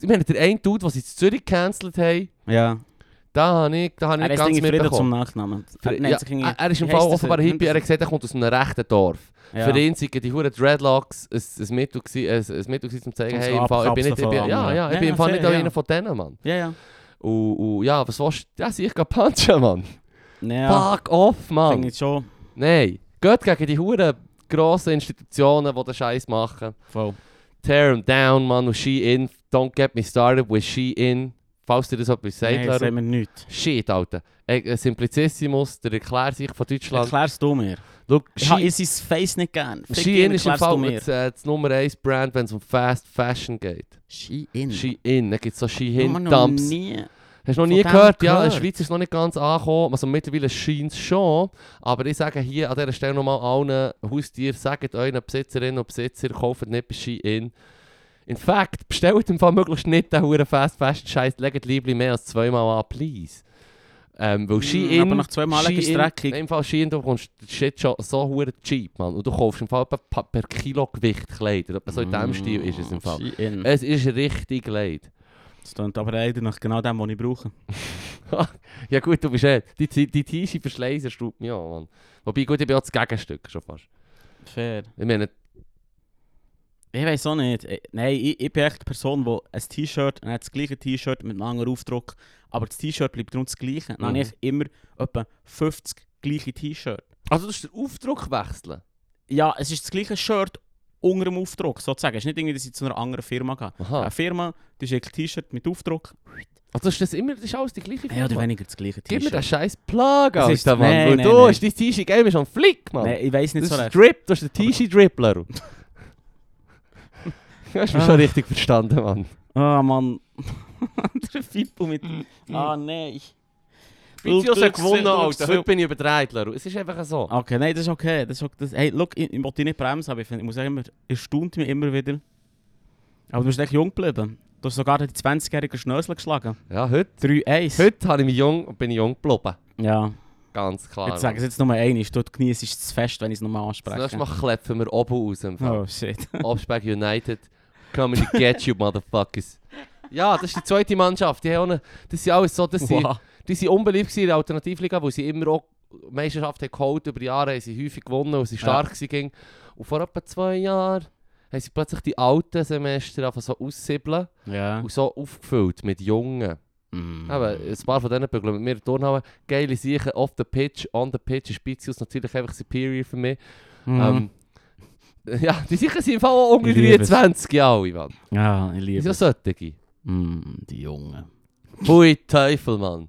Ich meine, der eine Dude, den sie in Zürich gecancelt haben, Ja. da habe ich, da hab ich Er nicht ist ganz irgendwie Frieden zum mitbekommen. Nachnamen. Für- nennt ja, sich irgendwie- er- er ist im wie Fall heisst das? offenbar ein Nennt Hippie, er das- hat gesagt, er kommt aus einem rechten Dorf. Ja. Für ihn sind die huren Dreadlocks ein, ein Mittel, gewesen, ein, ein Mittel gewesen, um zu zeigen, Um hey, zu im Fall, ich bin nicht, ich abkapseln bin, von ja, anderen. ja, ich Ja, bin im Fall ja, nicht auch fair, einer von denen, Mann. Ja, ja. Und, und ja, was willst du? Ja, ich gehe punchen, Mann. Ja, Fuck off, Mann. finde ich schon. Nein. Geht gegen die huren grossen Institutionen, die den Scheiß machen. Voll. Tear him down, Mann, und Shein. Don't get me started with Shein. Falls dir das etwas sagt, Nein, Leru. das sagt mir nichts. Shit, Alter. Äh, äh, Simplicissimus, der Erklärsicht von Deutschland. Erklärst du mir. Schau, Ich habe Shein- sein Face nicht gern. Fick Shein ihn, ist im erklärst du Fall mir. das, äh, das Nummer 1 Brand, wenn es um Fast Fashion geht. Shein. Shein, da gibt es so Haben wir Hm. noch Shein-Dumps. nie- Hast du noch von nie dem gehört? Ja, in der gehört. Schweiz ist es noch nicht ganz angekommen. Also mittlerweile scheint es schon. Aber ich sage hier an dieser Stelle nochmal allen Haustieren, sagt euren Besitzerinnen und Besitzer, kauft nicht bei Shein. In fact, bestellt im Fall möglichst nicht den huren Fast Fashion Scheiß, legt lieber mehr als zweimal an, please. Ähm, weil Mm, Shein... aber nach zwei Malen ist es Shein- dreckig. Nein, Im Fall Shein, du bekommst den Shit schon so huren cheap, Mann. Und du kaufst im Fall etwa pa- per Kilo Gewicht Kleider. Etwa So in Mm. diesem Stil ist es im Fall. Shein. Es ist richtig leid. Das klingt aber leider nach genau dem, was ich brauche. Ja gut, du bist eh... Die, die, die Tische verschleißen staubt mich an, Mann. Wobei, gut, ich bin auch das Gegenstück schon fast. Fair. Ich meine, Ich weiß auch nicht. Eh, Nein, ich, ich bin echt die Person, die ein T-Shirt, dann hat das gleiche T-Shirt mit einem anderen Aufdruck, aber das T-Shirt bleibt rund das gleiche. Dann Mhm. habe ich immer etwa 50 gleiche T-Shirts. also das ist der Aufdruck wechseln. Ja, es ist das gleiche Shirt unter dem Aufdruck, sozusagen. Es ist nicht irgendwie, dass ich zu einer anderen Firma gehe. Aha. Eine Firma, die schickt T-Shirt mit Aufdruck, Also ist das immer, das ist alles die gleiche mehr oder weniger das gleiche Gib mir den T-Shirt. scheiß Plug, Das ist- Alter, Mann. Nein, weil nein, du nein. hast dein T-Shirt Game ist am Flick, Mann. Nein, ich weiß nicht das so ist recht. Drip, das ist der T-Shirt-Drippler. du hast mich Ah. schon richtig verstanden, Mann. Ah, Mann. der Fippo mit... Ah, nein. Vizio hat Glücks- gewonnen, Alter. Glücksfilm. Heute bin ich überdreht, Leru. Es ist einfach so. Okay, nein, das ist okay. Das ist okay. Das, hey, look, ich, ich wollte dich nicht bremsen, aber ich, find, ich muss sagen, immer, erstaunt mich immer wieder. Aber du bist echt jung geblieben. Du hast sogar den 20-jährigen Schnösel geschlagen. Ja, heute, 3-1. heute habe ich mich jung und bin ich jung geblieben. Ja, Ganz klar. jetzt sagen Mann. sie jetzt nur einmal. Du genießt es zu fest, wenn ich es nochmal Das anspreche. nächste Mal klepfen wir oben aus. im Fall. Oh shit. Obspeck United. Coming to get you, motherfuckers. Ja, das ist die zweite Mannschaft. Die haben auch eine, das sind alles so, dass sie... Wow. Die waren unbeliebt gewesen in der Alternativliga, weil sie immer auch die Meisterschaft haben geholt über die Jahre, haben sie häufig gewonnen, weil sie stark ja. waren. Und vor etwa zwei Jahren haben sie plötzlich die alten Semester einfach so aussiebeln Ja. und so aufgefüllt mit Jungen. Mm. Aber äh, ein paar von denen bügeln mit mir in die Turnhalle. Geile Sachen, off the pitch, on the pitch, ist Spezius natürlich einfach superior für mich. Mm. Ähm, ja, die sicher sind im Fall auch unter Ich liebe es. 23 Jahre, Mann. ja, ich Das liebe sind ja es. solche. Mm, die Jungen. Pfui Teufel, Mann.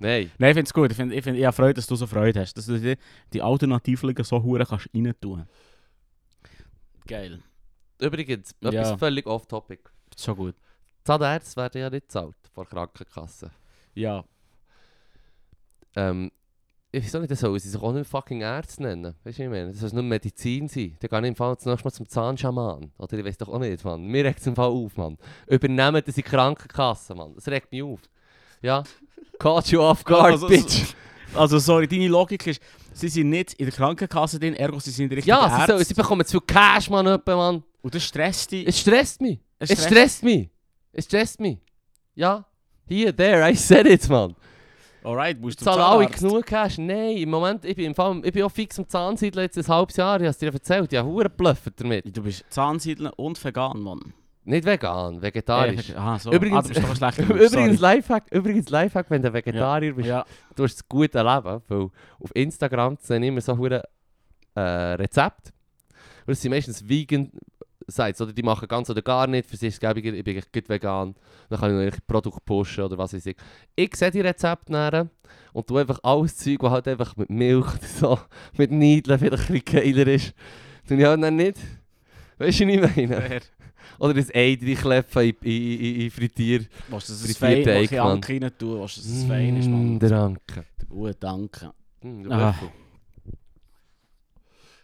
Nein. Nein, ich finde es gut. Ich, find, ich, find, ich habe Freude, dass du so Freude hast. Dass du die, die Alternativliga so hure kannst rein tun. Geil. Übrigens, Ja. etwas völlig off-topic. So gut. Zahnärzte werden ja nicht bezahlt von der Krankenkasse. Ja. Ähm, ich weiß auch nicht, das sollen sie sich auch nicht fucking Ärzte nennen. Weißt du, was ich meine? Das soll nur Medizin sein. Dann gehe ich im Fall das nächste Mal zum Zahnschaman. Oder ich weiß doch auch nicht, Mann. Mir regt es im Fall auf, Mann. Übernehmen das in die Krankenkasse, Mann. Das regt mich auf. Ja? Caught you off guard, Also, bitch. Also sorry, deine Logik ist, sie sind nicht in der Krankenkasse drin, ergo sie sind richtig Ja, sie, sollen, Ärzte. sie bekommen zu viel Cash, Mann, jemand, Mann. Und das stresst dich. Es stresst mich. Es Es stresst mich. Es stresst mich. Ja? Hier, there, I said it, Mann. Alright, musst du Zahl alle Zahnarzt. genug Cash? Nein, im Moment, ich bin, im Fall, ich bin auch fix am Zahnseidel jetzt ein halbes Jahr, ich habe es dir erzählt, ich habe verdammt geblufft damit. Du bist Zahnsiedler und vegan, Mann. Nicht vegan, vegetarisch. Äh, ah, so. Übrigens- ah, du bist doch ein schlechter Mensch, übrigens, sorry. Lifehack, übrigens Lifehack, wenn du Vegetarier bist, Ja, du hast es gut erleben, weil auf Instagram sehen immer so hure äh, Rezepte. Und das sind meistens vegan Sites, oder die machen ganz oder gar nicht, für sie ist es gäbiger, ich bin gut vegan, dann kann ich noch irgendwelche Produkte pushen oder was weiß ich. Ich sehe die Rezepte näher und tu einfach alles Zeug, was halt einfach mit Milch oder so, mit Niedeln vielleicht ein bisschen geiler ist, tu ich halt dann nicht. Weißt du, was ich meine? fair. Oder ein Ei reinkleppen in, in, in, in Frittier. Willst du das Frittierte Fein, Egg, willst du ein Mann. Anke rein tun, willst du das ein Fein ist, Mann. Mm, der Anke. Gut, danke. Mm, Ah. ah.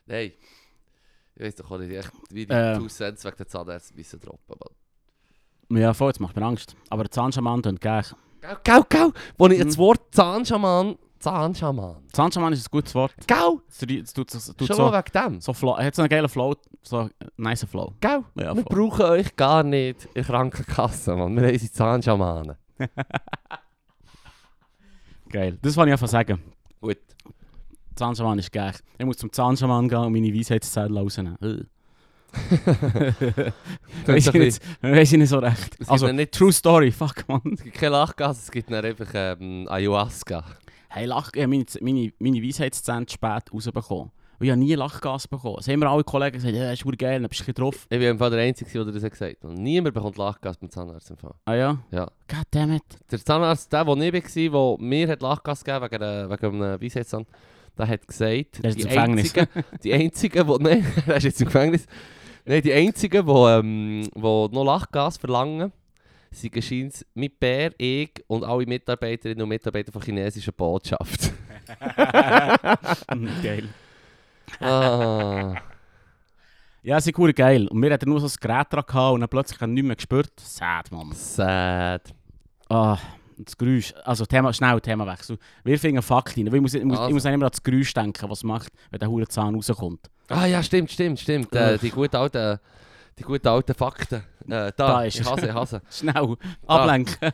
Nein. Ich weiß doch auch nicht, echt, wie die Äh. 1000 Cent wegen der Zahnärzte müssen droppen. Mann. Ja, voll, jetzt macht mir Angst. Aber der Zahnschaman tönt gleich. Gau, gau, gau! Wo ich das Mhm. Wort Zahnschaman, Zahnschaman. Zahnschaman ist ein gutes Wort. Gau! Es tut- es tut, es tut Schon so, mal wegen dem. so flow. Er hat so einen geilen Flow, so einen nice Flow. Gau! Ja, Wir voll. brauchen euch gar nicht in der Krankenkasse, Mann. Wir haben unsere Zahnschamanen. Geil. Das wollte ich einfach sagen. Gut. Zahnschaman ist gleich. Ich muss zum Zahnschaman gehen und meine Weisheitszähne rausnehmen. Äh. Weiss ich nicht, weiss ich nicht so recht. Es gibt Also, noch nicht- true story, fuck man. Es gibt keine Lachgas, es gibt dann einfach ähm, Ayahuasca. Hey, Lach, ich habe meine, meine, meine Weisheitszähne zu spät rausbekommen. Und ich habe nie Lachgas bekommen. Das haben mir alle Kollegen gesagt, ja, ist verdammt geil, dann bist du ein bisschen drauf. Ich bin im Fall der Einzige, der das gesagt hat. Und dus niemand bekommt Lachgas beim Zahnarzt. Im Fall. Ah ja? Ja. Goddammit. Der Zahnarzt, der, wo ich war, der mir hat Lachgas gegeben wegen, äh, wegen einem Weisheitszahn, der hat gesagt, Der ist die im Gefängnis. Einzigen, die Einzigen, die... Nein, der ist jetzt im Gefängnis. Nein, die Einzigen, die ähm, die noch Lachgas verlangen, sind anscheinend mit Bär, ich und alle Mitarbeiterinnen und Mitarbeiter von chinesischer Botschaft. Mm, geil. ah. Ja, sie sind geil. Und wir hatten nur so ein Gerät dran gehabt und dann plötzlich haben wir nichts mehr gespürt. Sad, Mann. Sad. Ah, das Geräusch. Also Thema, schnell Themawechsel. Wir finden Fakt rein. weil Ich muss, ich, muss, ich Also. muss auch immer an das Geräusch denken, was es macht, wenn der hure Zahn rauskommt. Ah ja, stimmt, stimmt, stimmt. Äh, die guten alten... Die guten alten Fakten. Äh, da, Da ist ich er. hasse, ich hasse. Schnell, Ah. ablenken.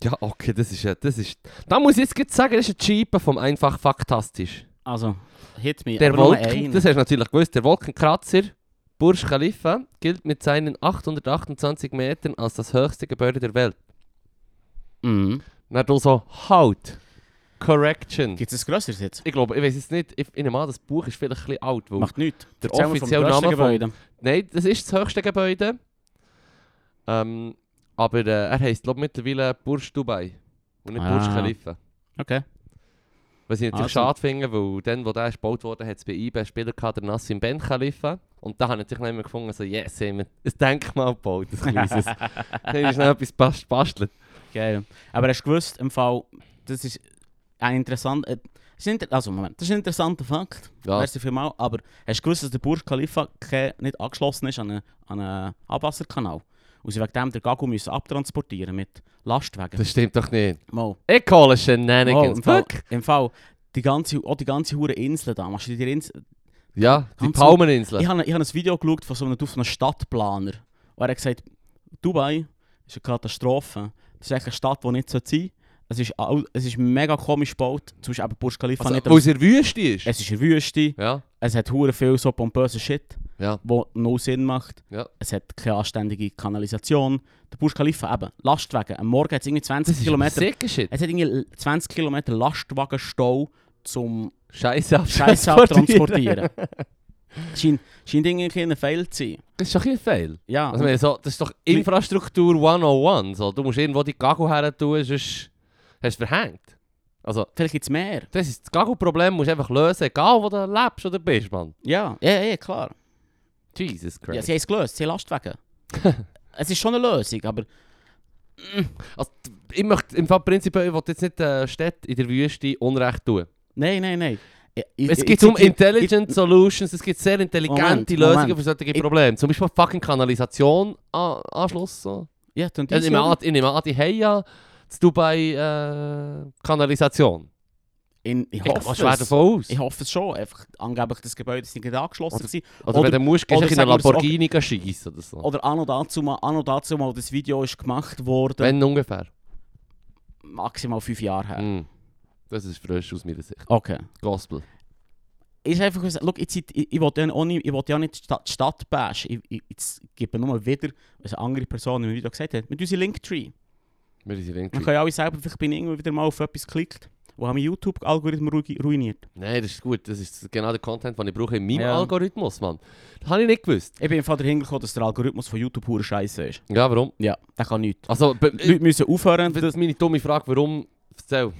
Ja, okay, das ist ja, das ist... Da muss ich jetzt gleich sagen, das ist ein Cheapen vom Einfach Faktastisch. Ah, Also, hit me. Der aber nur Wolken, einen. das hast du natürlich gewusst, der Wolkenkratzer Burj Khalifa gilt mit seinen 828 Metern als das höchste Gebäude der Welt. Mhm. Na du so, halt! Correction. Gibt es ein grösseres jetzt? Ich glaube, ich weiß es nicht, ich, ich nehme an, das Buch ist vielleicht ein bisschen alt. Weil, Macht nichts. Oh. Der Erzähl mir vom offizielle grössten Name vom- Gebäude. nein, das ist das höchste Gebäude. Ähm, aber äh, er heisst, glaube mittlerweile Burj Dubai. Und nicht Burj Ah. Khalifa. Okay. Was ich natürlich Also. schade finde, weil dann, wo der ist gebaut wurde, hat es bei eBay einen Spieler gehabt, der Nassim Ben Khalifa. Und da habe ich natürlich nicht mehr gefunden, so, yes, haben wir ein Denkmal gebaut, ein kleines. Dann ist noch etwas bast bastelt. Geil. Aber hast du gewusst, im Fall, das ist ein interessanter. Äh, das ist ein inter also, Moment, das ist ein interessanter Fakt. Ja. Merci vielmals. Aber hast du gewusst, dass der Burj Khalifa ke- nicht angeschlossen ist an einen, an einen Abwasserkanal? Und sie wegen dem den Gagu müssen abtransportieren mit Lastwagen. Das stimmt doch nicht. Mal. Ich hole Mal, Shenanigans. im, Fall, Fuck. Im Fall, die ganze, auch die ganze hure Insel da. Machst du dir die Insel, Ja, die Ganz- Palmeninseln. Ich habe, ne, ich habe ein Video geschaut von so einem, von einem Stadtplaner. Und er hat gesagt, Dubai ist eine Katastrophe. Das ist eigentlich eine Stadt, die nicht sein sollte. Es ist, all- es ist mega komisch gebaut. Zum Beispiel eben Burj Khalifa Also, nicht. Weil es in der Wüste ist. Es ist eine Wüste. Ja, Es hat hure viel so pompösen Shit, ja. wo no Sinn macht. Ja. Es hat keine anständige Kanalisation. Der Burj Khalifa eben, Lastwagen. Am Morgen hat es irgendwie 20 Das ist ein Kilometer... sicker Shit. Es hat irgendwie 20 Kilometer Lastwagenstau zum Scheiße ab. Scheiße abtransportieren. scheint, scheint irgendwie ein Fehler zu sein. Das ist doch ein Fail. Ja. Also, ich meine, so, das ist doch Infrastruktur 101. So. Du musst irgendwo die Gago her tun, sonst hast du es verhängt. Also, Vielleicht gibt es mehr. das ist das Gago-Problem, musst du einfach lösen, egal wo du lebst oder bist, Mann. Ja, ja, ja klar. Jesus Ja, Christ. sie haben es gelöst, sie haben Lastwagen. es ist schon eine Lösung, aber Also, ich möchte im Fall prinzipiell, ich will jetzt nicht äh, Städte in der Wüste Unrecht tun. nein, nein, nein. Ich- ich- Es ich- gibt ich- um ich- Intelligent Solutions, es gibt sehr intelligente Moment, Lösungen Moment. für solche Ich- Probleme. Zum Beispiel fucking Kanalisation an, Anschluss. So. Also Ja, dann Ich nehme an, dies. ich nehme an, die haben ja in Dubai äh, Kanalisation. In- Ich Ich gehe hoffe schwer es. davon aus. Ich hoffe es schon. Einfach, angeblich das Gebäude ist nicht gerade angeschlossen. Oder- gewesen. Oder, wenn du musst, gehst oder du in sagen einen wir es, okay. Lamborghini schießen oder so. Oder an und dazu mal, an und dazu mal das Video ist gemacht worden, wenn ungefähr. maximal fünf Jahre her. Mm. Das ist frisch aus meiner Sicht. Okay. Gospel. ist einfach gesagt, schau, jetzt, ich, ich will ja auch nicht, ich will ja nicht die Stadt, die Stadt bashen. Ich, ich, jetzt gebe nur wieder, was eine andere Person im Video gesagt hat, mit unserem Linktree. Wir sind Man irgendwie... kann ja alle selber, vielleicht bin ich irgendwann wieder mal auf etwas geklickt und habe meinen YouTube-Algorithmus ruini- ruiniert. Nein, das ist gut. Das ist genau der Content, den ich brauche in meinem Ja. Algorithmus, Mann. Das habe ich nicht gewusst. Ich bin im Fall dahin gekommen, dass der Algorithmus von YouTube pure Scheiße ist. Ja, warum? Ja. Der kann nichts. Also, be- Die Leute müssen aufhören, das das ist meine dumme Frage, warum... Erzähl.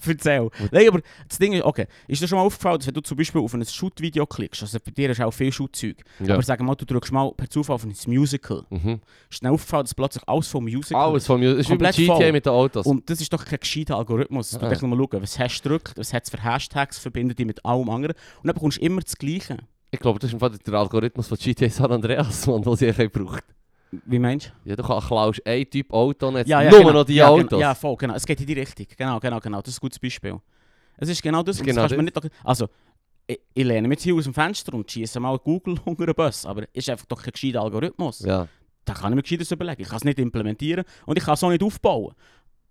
zu erzählen. Nein, aber das Ding ist, okay, ist dir schon mal aufgefallen, dass wenn du zum Beispiel auf ein Shoot-Video klickst, also bei dir ist auch viel Shoot-Zeug, Ja. aber sag mal, du drückst mal per Zufall auf ein Musical, Mhm. ist dir aufgefallen, dass plötzlich alles vom Musical Alles von mir. Das ist wie bei Komplett GTA voll. mit den Autos. Und das ist doch kein gescheiter Algorithmus. Du Ah. musst mal schauen, was hast du gedrückt, was hat es für Hashtags, verbindet die mit allem anderen. Und dann bekommst du immer das Gleiche. Ich glaube, das ist im Fall der Algorithmus von GTA San Andreas, Mann, den sie eigentlich braucht. Wie meinst du? Ja, du kann- klaust einen Typ E, Auto und jetzt nur noch die ja, genau. Autos. Ja, voll, genau. Es geht in die Richtung. Genau, genau, genau. Das ist ein gutes Beispiel. Es ist genau das, und Genau das kannst du mir nicht... Also, ich, ich lehne mich hier aus dem Fenster und schiesse mal Google unter den Bus. Aber es ist einfach doch kein gescheiter Algorithmus. ja. Da kann ich mir gescheiteres überlegen. Ich kann es nicht implementieren und ich kann es auch nicht aufbauen.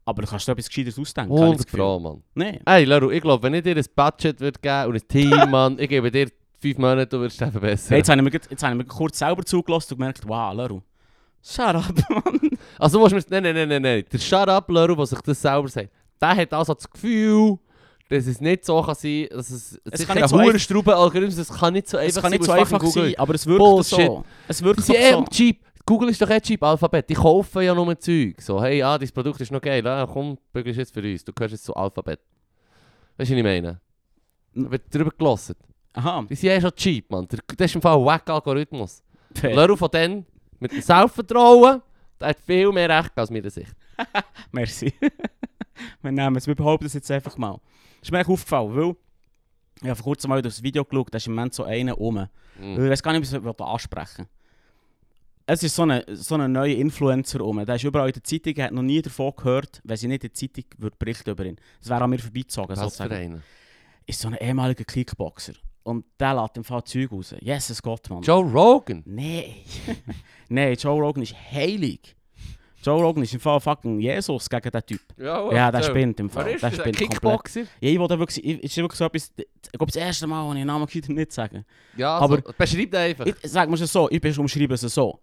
Aber du kannst dir etwas gescheiteres ausdenken. habe ich 100 das Gefühl. Pro, Mann. Nein. Hey, Laru, ich glaube, wenn ich dir ein Budget würd geben und ein Team, Mann, ich gebe dir fünf Monate, du wirst einfach Hey, besser. jetzt habe ich mir, grad- jetzt habe ich mir kurz selber zugelassen und gemerkt, wow, Leru. Shut up, Mann. Also, du musst mir. Nein, nein, nein, nein, nein. Der Shut-up, Laru, der sich das selber sagt, der hat also das Gefühl, dass es nicht so kann sein dass es. Es sicher kann nicht ein so einf- Hurenstrauben-Algorithmus, das kann nicht so einfach Es kann sein, nicht so weil es fucking einfach Google sein, ist. aber es wirkt Bullshit. so. Es wirkt Die sind doch eh am so. cheap. Google ist doch eh cheap, Alphabet. Die kaufen ja nur Zeug. So, hey, ah, dein Produkt ist noch geil. Ah, komm, bügelst jetzt für uns. Du gehörst jetzt zu Alphabet. Weißt du, was ich meine? N- Da wird drüber gelassen. Aha. Die sind eh schon cheap, Mann. Der- Das ist im Fall ein Wack-Algorithmus. Laru von dann mit dem Selbstvertrauen, der hat viel mehr Recht als mir Sicht. Merci. wir nehmen es, wir behaupten es jetzt einfach mal. Das ist mir echt aufgefallen, weil ich habe vor kurzem mal wieder das Video geschaut, da ist im Moment so einer rum. Mhm. Ich weiß gar nicht, was ich wollte ansprechen Es ist so ein so ein neuer Influencer rum. Der ist überall in der Zeitung, er hat noch nie davon gehört, wenn sie nicht in der Zeitung würde berichten über ihn. Das wäre an mir vorbeizogen, Was für sozusagen. einen? ist so ein ehemaliger Kickboxer. Und der lässt im Fall Zeug raus. Jesus Gott, Mann. Joe Rogan. Nein. Nein, Joe Rogan ist heilig. Joe Rogan ist im Fall fucking Jesus gegen den Typ. Ja, Ja, der spinnt im Was Fall. ist Der das? Ein spinnt komplett. Kickboxer? Ja, ich wollte wirklich, ich- ist wirklich so etwas, ich glaube das erste Mal, wo ich den Namen gehört habe, nicht sagen. Ja, Aber- so, beschreib den einfach. Ich sag mal so, ich bin umschreiben es so.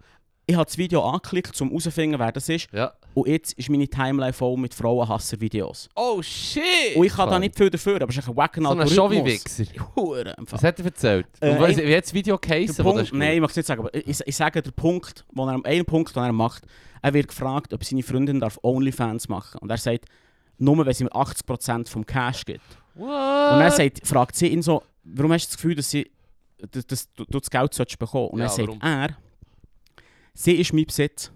Ich habe das Video angeklickt, um herauszufinden, wer das ist. Ja. Und jetzt ist meine Timeline voll mit Frauenhasser-Videos. Oh shit! Und ich kann da nicht viel dafür, aber es ist ein wacken So ein Algorithmus. Schovi-Wichser. Hure, im Fall. Was hat er erzählt? Äh, Und was, ein- wie hat das Video Der geheissen, wo das Punkt, nein, ich mag es nicht sagen, aber ich, ich- ich sage den Punkt, wo er, einen Punkt, den er macht. Er wird gefragt, ob seine Freundin darf Onlyfans machen Und er sagt, nur wenn sie mir 80% vom Cash gibt. What? Und er sagt, fragt sie ihn so, warum hast du das Gefühl, dass, sie, dass, dass du, du das Geld solltest bekommen Und Ja, er sagt, warum? er, sie ist mein Besitz,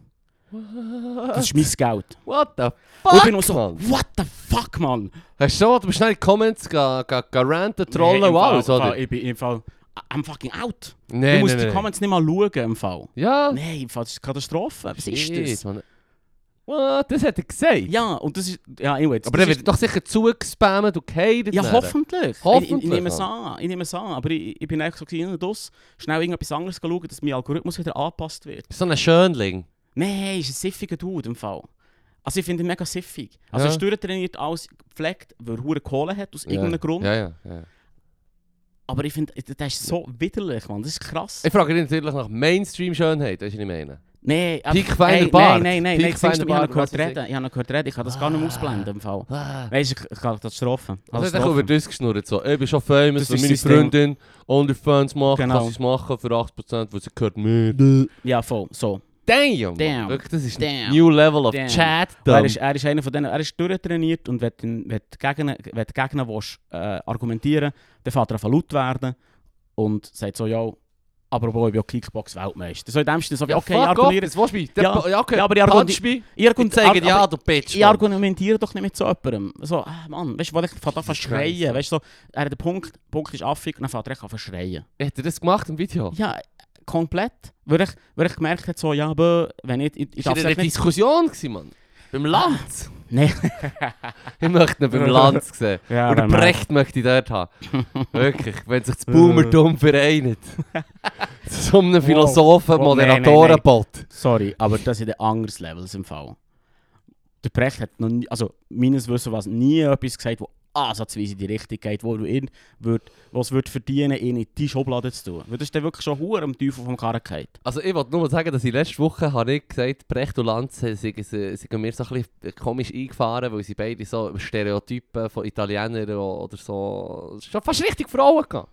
das ist mein Geld. What the Und ich bin nur fuck, so, Mann? what the fuck, Mann? Hast du schon, du bist schnell in die Comments ge- ge- ge- ranten, trollen Nee, im und alles, Fall, oder? Ich bin im Fall, I'm fucking out. Nein, du musst nein, die nein. Comments nicht mal schauen, im Fall. Ja? Nein, im Fall, das ist eine Katastrophe. Was ist Shit, das? Mann. What? Das hat er gesagt? dus- Ja, und das ist, ja, anyway. das- Aber er das wird doch sicher zugespammt und gehatet. Ja, nachher. hoffentlich. Hoffentlich, Ich, ich, ich nehme es Mann. an, ich nehme es an. Aber ich, ich bin eigentlich so in und aus, schnell irgendetwas anderes schauen, dass mein Algorithmus wieder angepasst wird. So ein Schönling. Nein, ist ein siffiger Dude im Fall. Also ich finde ihn mega siffig. Also Ja. er ist durchtrainiert, alles gepflegt, weil er hure Kohle hat, aus irgendeinem ja. Grund. Ja, ja, ja. Aber ich finde, der ist so widerlich, Mann. Das ist krass. Ich frage dich natürlich nach Mainstream-Schönheit, weißt du, was ich meine? Nein, aber- Peak Ey, Feiner Bart. Nein, nein, nein, Peak nein. siehst du, Feiner Ich habe Bart, noch was gehört weiß ich. reden. Ich habe noch gehört reden. Ich kann das gar nicht mehr ausblenden im Fall. Ah. Weißt du, ich kann das strafen. Also ich habe über das geschnurrt, so, ich bin schon famous, Das wenn ist meine sein Ding. Freundin OnlyFans macht, Genau. kann sie es machen für 80%, weil sie gehört mir. Damn! Ja, voll. So. Damn. Damn. Wirklich, das ist ein Damn. new level of Damn. dus- chat. Er dumb. ist, er ist einer von denen, er ist durchtrainiert und wenn du wenn du gegen ihn- wenn du gegen ihn willst, äh, argumentieren dann fährt er an laut werden und sagt so, ja, aber obwohl ich bin ja Kickbox-Weltmeister. So in dem Sinne, so wie, Ja, okay, ich fuck argumentiere, off, das willst du mich. Der- Ja. Ja, okay, Ja, aber ich punch argumenti- mich. ich, Und argumentiere, zeige dir, ja, aber, du Bitch. ich Mann. argumentiere doch nicht mit so jemandem. So, ah, Mann, weißt du, wo ich fährt an zu Jesus Christ. schreien, weißt du, so, er hat den Punkt, der Punkt ist affig und dann fährt er echt an zu schreien. Hat er das gemacht im Video? Ja, komplett. Weil ich, weil ich gemerkt habe, so, ja, aber wenn ich, ich, ich Ist war darf in es echt einer nicht... Diskussion, gewesen, Mann. Beim Lanz. Nein. Ich möchte ihn beim Lanz sehen. Ja, Oder wenn man- Brecht möchte ich dort haben. Wirklich, wenn sich das Boomertum vereint. Zu einem Philosophen, Wow, nein, nein, nein. Moderatorenbot. Sorry, aber das sind anderes Levels im Fall. Der Brecht hat noch nie, also meines Wissens was nie etwas gesagt, wo ansatzweise in die Richtung geht, wo du ihn würd, was würd verdienen, ihn in die Schublade zu tun. Weil das ist dann wirklich schon hure am Teufel vom Karren gefallen. Also ich wollte nur mal sagen, dass ich letzte Woche habe ich gesagt, Brecht und Lanz äh, sind, sind mir so ein bisschen komisch eingefahren, weil sie beide so Stereotypen von Italienern oder so... Es ist Schon fast richtig Frauen gegangen.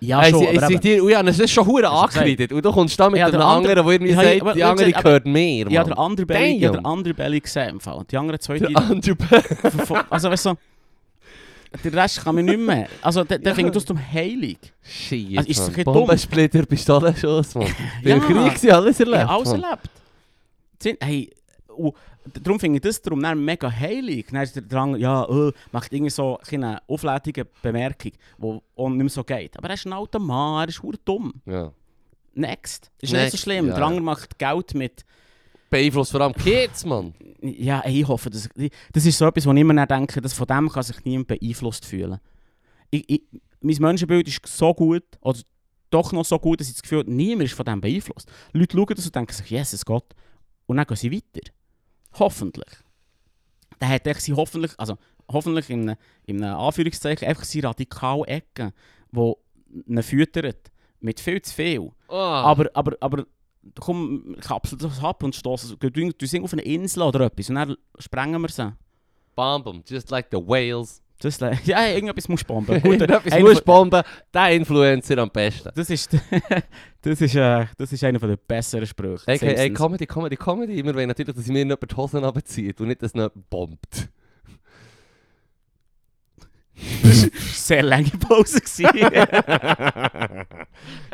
Ja, Hey, schon, sie, aber sie, eben, dir, oh ja, das ist schon hure Hast du angekreidet. Und du kommst da mit Ja, einem der andere- anderen, der irgendwie Ja, sagt, ja, aber- die andere aber- gehört mir. ich habe Mann. den Underbelly, ich hab Damn. den Underbelly gesehen im Fall. Und die anderen zwei, die, Der andere Bär. von- also weißt du, so, der Rest kann mich nicht mehr. Also der, der findet aus dem Heilig. Shit, Also ist Mann. das ein bisschen dumm? Bombensplitter, Pistolenschuss, Mann. Ja. Im Krieg waren alles Ich erlebt, habe alles Mann. erlebt. Sind- Hey, und darum finde ich das darum dann mega heilig. Dann ist der Drang, ja, äh, macht irgendwie so eine auflädige Bemerkung, die auch nicht mehr so geht. Aber er ist ein alter Mann, er ist verdammt dumm. Ja. Next. Ist nicht Next, so schlimm. ja, Der andere macht Geld mit. Beeinflusst vor allem Kids, Mann. Ja, ey, ich hoffe, dass, das ist so etwas, wo ich immer dann denke, dass von dem kann sich niemand beeinflusst fühlen. Ich, ich, mein Menschenbild ist so gut, oder doch noch so gut, dass ich das Gefühl habe, niemand ist von dem beeinflusst. Leute schauen das und denken sich, Jesus Gott. Und dann gehen sie weiter. Hoffentlich. Dann hat er sie hoffentlich, also hoffentlich in einem, in einem Anführungszeichen, einfach seine radikale Ecke, die ihn füttert mit viel zu viel. Oh. Aber, aber, aber komm, kapsel das ab und stoss es. Du, du singst auf eine Insel oder etwas und dann sprengen wir sie. Bam, bam, just like the whales. Das ist le- ja, irgendetwas musst du bomben. Gut, Gut, äh, etwas einer musst von- bomben, der Influencer am besten. das ist, das ist, äh, das ist einer der besseren Sprüche. Ey, hey, hey, Simpsons. Comedy, Comedy, Comedy. Wir wollen natürlich, dass mir nicht die Hosen runterzieht und nicht, dass jemand bombt. Sehr lange Pause gewesen.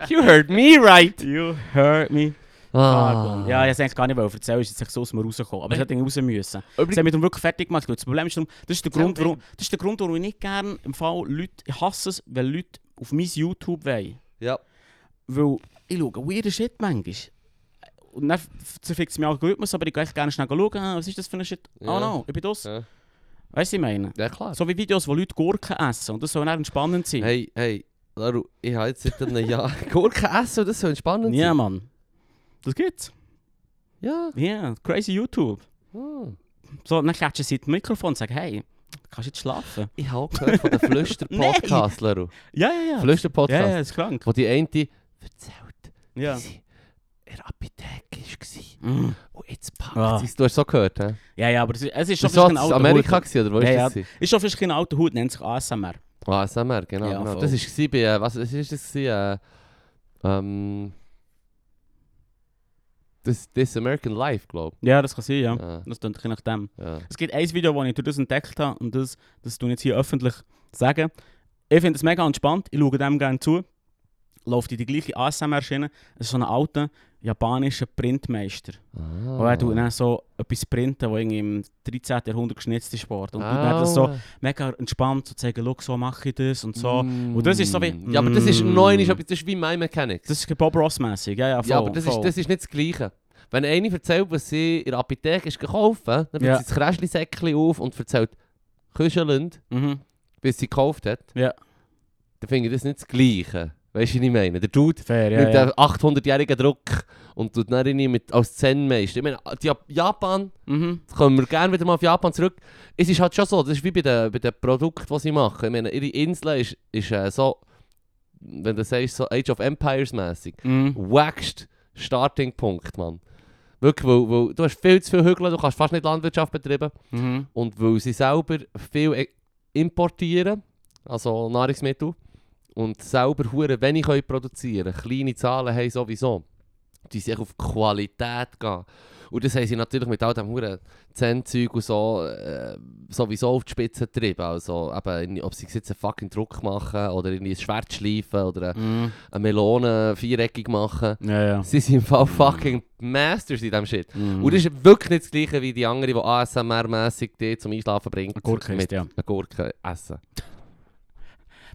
you heard me right. you heard me. Ah. Ah. Ja, ich wollte eigentlich gar nicht wollen erzählen, es ist jetzt so aus mir rausgekommen. Aber es hätte irgendwie raus müssen. Übrigens- Sie haben mich dann wirklich fertig gemacht. weil Das Problem ist, darum, das ist der Erzähl Grund, mir. warum, das ist der Grund, warum ich nicht gerne im Fall Leute, ich hasse es, wenn Leute auf mein YouTube wollen. ja. Weil ich schaue weirden Shit manchmal. Und dann f- zerfickt es mir Algorithmus, aber ich gehe echt gerne schnell schauen, ah, was ist das für ein Shit? Ja. Oh no, ich bin das. Ja. Weißt du, was ich meine? ja, klar. So wie Videos, wo Leute Gurken essen und das soll dann entspannend sein. Hey, hey, Laru, ich habe jetzt seit einem Jahr Gurken essen und das soll entspannend ja, sein. Mann. Das gibt's. Ja. Ja, crazy YouTube. Hm. So, dann klatschen sie in das Mikrofon und sagen, hey, kannst du jetzt schlafen? Ich habe gehört von den Flüster-Podcast, Leru. Ja, ja, ja. Flüster-Podcast. Ah, Ja, ja, ist krank. Wo die eine erzählt, ja. Ja. dass sie in der Apotheke war. Mm. Und jetzt packt Ah. sie es. Du hast so gehört, hä? Ja, ja, aber es ist, es ist schon Ist das fast ein in alter Amerika Hut. gewesen, oder wo Ja, ist ja. das? gewesen? Ist schon fast ein alter Hut, nennt sich ASMR. Ah, ASMR, genau. Ja, genau. voll. Das war gewesen bei, äh, was was ist das? Gewesen? Äh, ähm, this, this American Life, glaube Ja, das kann sein, ja. ich. Ja. Das klingt je nachdem. Ja. Es gibt ein Video, das ich durch das entdeckt habe und das, das tue ich jetzt hier öffentlich sagen. Ich finde es mega entspannt, ich schaue dem gerne zu. Läuft in die gleiche ASMR-Schiene. Es ist so ein alter japanischer Printmeister. Ah. Und er tut dann so etwas printen, das irgendwie im 13. Jahrhundert geschnitzt ist worden. Und tut dann das Ah. so mega entspannt zu zeigen, «Schau, so mache ich das und Mhm. so. Und das ist so wie- Ja, aber das ist Mm. neu, das ist wie My Mechanics. Das ist Bob Ross-mässig, ja, ja, voll. ja, aber das ist, voll. das ist nicht das Gleiche. Wenn eine erzählt, was sie in der Apotheke ist gekauft dann nimmt Ja. sie das Kräschli-Säckchen auf und erzählt küschelnd, Mhm. bis sie gekauft hat, Ja. dann finde ich das nicht das Gleiche. Weißt du, was ich meine? Der Dude Fair, ja, nimmt ja. einen 800-jährigen Druck und tut dann irgendwie mit als Zen-Meister. Ich meine, die Jap- Japan, Mhm. jetzt kommen wir gerne wieder mal auf Japan zurück. Es ist halt schon so, das ist wie bei den, bei den Produkten, die sie machen. Ich meine, ihre Insel ist, ist äh, so, wenn du sagst, so Age of Empires mäßig Mhm. wackst Startingpunkt, Mann. Wirklich, weil, weil du hast viel zu viel Hügel, du kannst fast nicht Landwirtschaft betreiben. Mhm. Und weil sie selber viel e- importieren, also Nahrungsmittel, und selber hure wenig können produzieren kleine Zahlen haben sowieso, die sich auf Qualität gehen. Und das haben sie natürlich mit all dem huren Zen-Zeug und so äh, sowieso auf die Spitze getrieben. Also eben, irgendwie, ob sie jetzt einen fucking Druck machen oder irgendwie ein Schwert schleifen oder eine- Mhm. eine Melone viereckig machen. Ja, ja. Sie sind im Fall fucking Masters in diesem Shit. Mhm. Und das ist wirklich nicht das gleiche wie die anderen, die ASMR-mässig dich zum Einschlafen bringt. Eine Gurke mit isst, ja. einer Gurke essen.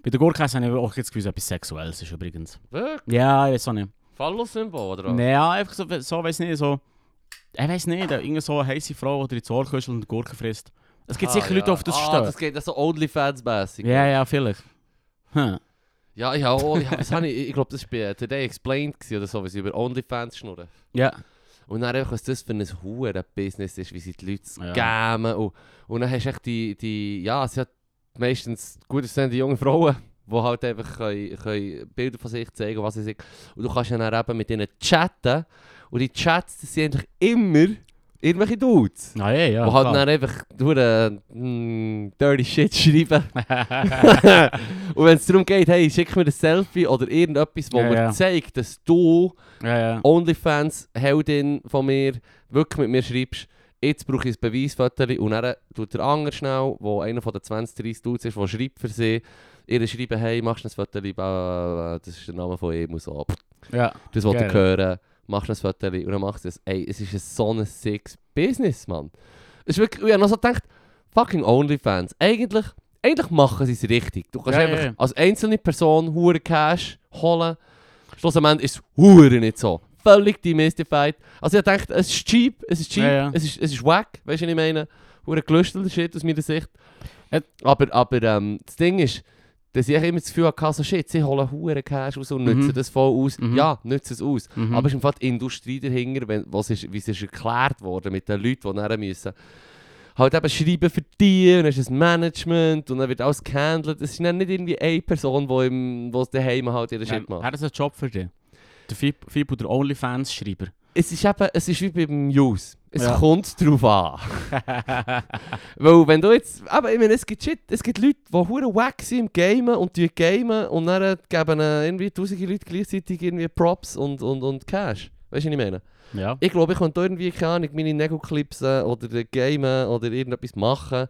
Bei den Gurkas habe ich auch jetzt gewusst, etwas Sexuelles ist übrigens. Wirklich? Ja, ich weiß auch nicht. Phallus-Symbol, oder was? Naja, einfach so, so weiß nicht, so. Ich weiß nicht, irgendeine so eine heisse Frau, die ins Ohr köchelt und Gurken frisst. Es gibt Ah, sicher ja. Leute, die auf das ah, stehen. das geht das so Onlyfans-mässig. ja, ja, vielleicht. Hm. Ja, ja, oh, ja das habe ich, ich glaube, das war bei äh, Today Explained gewesen oder so, wie sie über Onlyfans schnurren. Ja. Und dann einfach, was das für ein Huren-Business ist, wie sie die Leute Ja. scammen. Und, und dann hast du echt die, die, ja, sie hat meistens gut aussehende junge Frauen, die halt einfach können, können Bilder von sich zeigen, was sie sind. Und du kannst ja dann eben mit ihnen chatten. Und die Chats, das sind eigentlich immer irgendwelche Dudes. Ah, ja, ja. die halt klar. dann einfach durch dirty shit schreiben. und wenn es darum geht, hey, schick mir ein Selfie oder irgendetwas, wo Ja, mir ja. zeigt, dass du ja, ja. Onlyfans-Heldin von mir wirklich mit mir schreibst, jetzt brauche ich ein Beweisfoto und dann tut der andere schnell, wo einer von den 20, 30 Dudes ist, der schreibt für sie, ihr schreiben, hey, machst du ein Foto, bla, bla, bla, das ist der Name von E, ihm und so. ja. Das wollte ich Geil. hören, machst du ein Foto und dann machst du es. Ey, es ist ein so ein six Business, Mann. Es ist wirklich, ich habe noch so gedacht, fucking Onlyfans, eigentlich, eigentlich machen sie es richtig. Du kannst Ja, einfach ja, ja. als einzelne Person hure Cash holen, Schlussendlich ist es hure nicht so. Völlig demystified. Also ich dachte, es ist cheap, es ist cheap, Ja, ja. es ist, es ist wack, weißt du, was ich meine? Hure gelüstelter Shit aus meiner Sicht. Ä- Aber, aber ähm, das Ding ist, dass ich immer das Gefühl hatte, so shit, sie holen hure Cash raus und Mhm. nutzen das voll aus. Mhm. Ja, nutzen es aus. Mhm. Aber es ist im Fall die Industrie dahinter, wenn, was ist, wie es ist erklärt worden mit den Leuten, die nachher müssen. Halt eben schreiben für die, und dann ist es Management und dann wird alles gehandelt. Es ist dann nicht irgendwie eine Person, die im, wo es daheim halt ihren Shit macht. Nein, Er ist ein Job für dich. Der Fib, Fib oder Onlyfans-Schreiber. Es ist eben, es ist wie beim News. Es Ja. kommt drauf an. Weil wenn du jetzt, aber ich meine, es gibt Shit, es gibt Leute, die hure wack sind im Gamen und die gamen und dann geben äh, irgendwie tausende Leute gleichzeitig irgendwie Props und, und, und Cash. Weißt du, was ich meine? ja. Ich glaube, ich könnte da irgendwie, keine Ahnung, meine Nägel clipsen oder äh, gamen oder irgendetwas machen.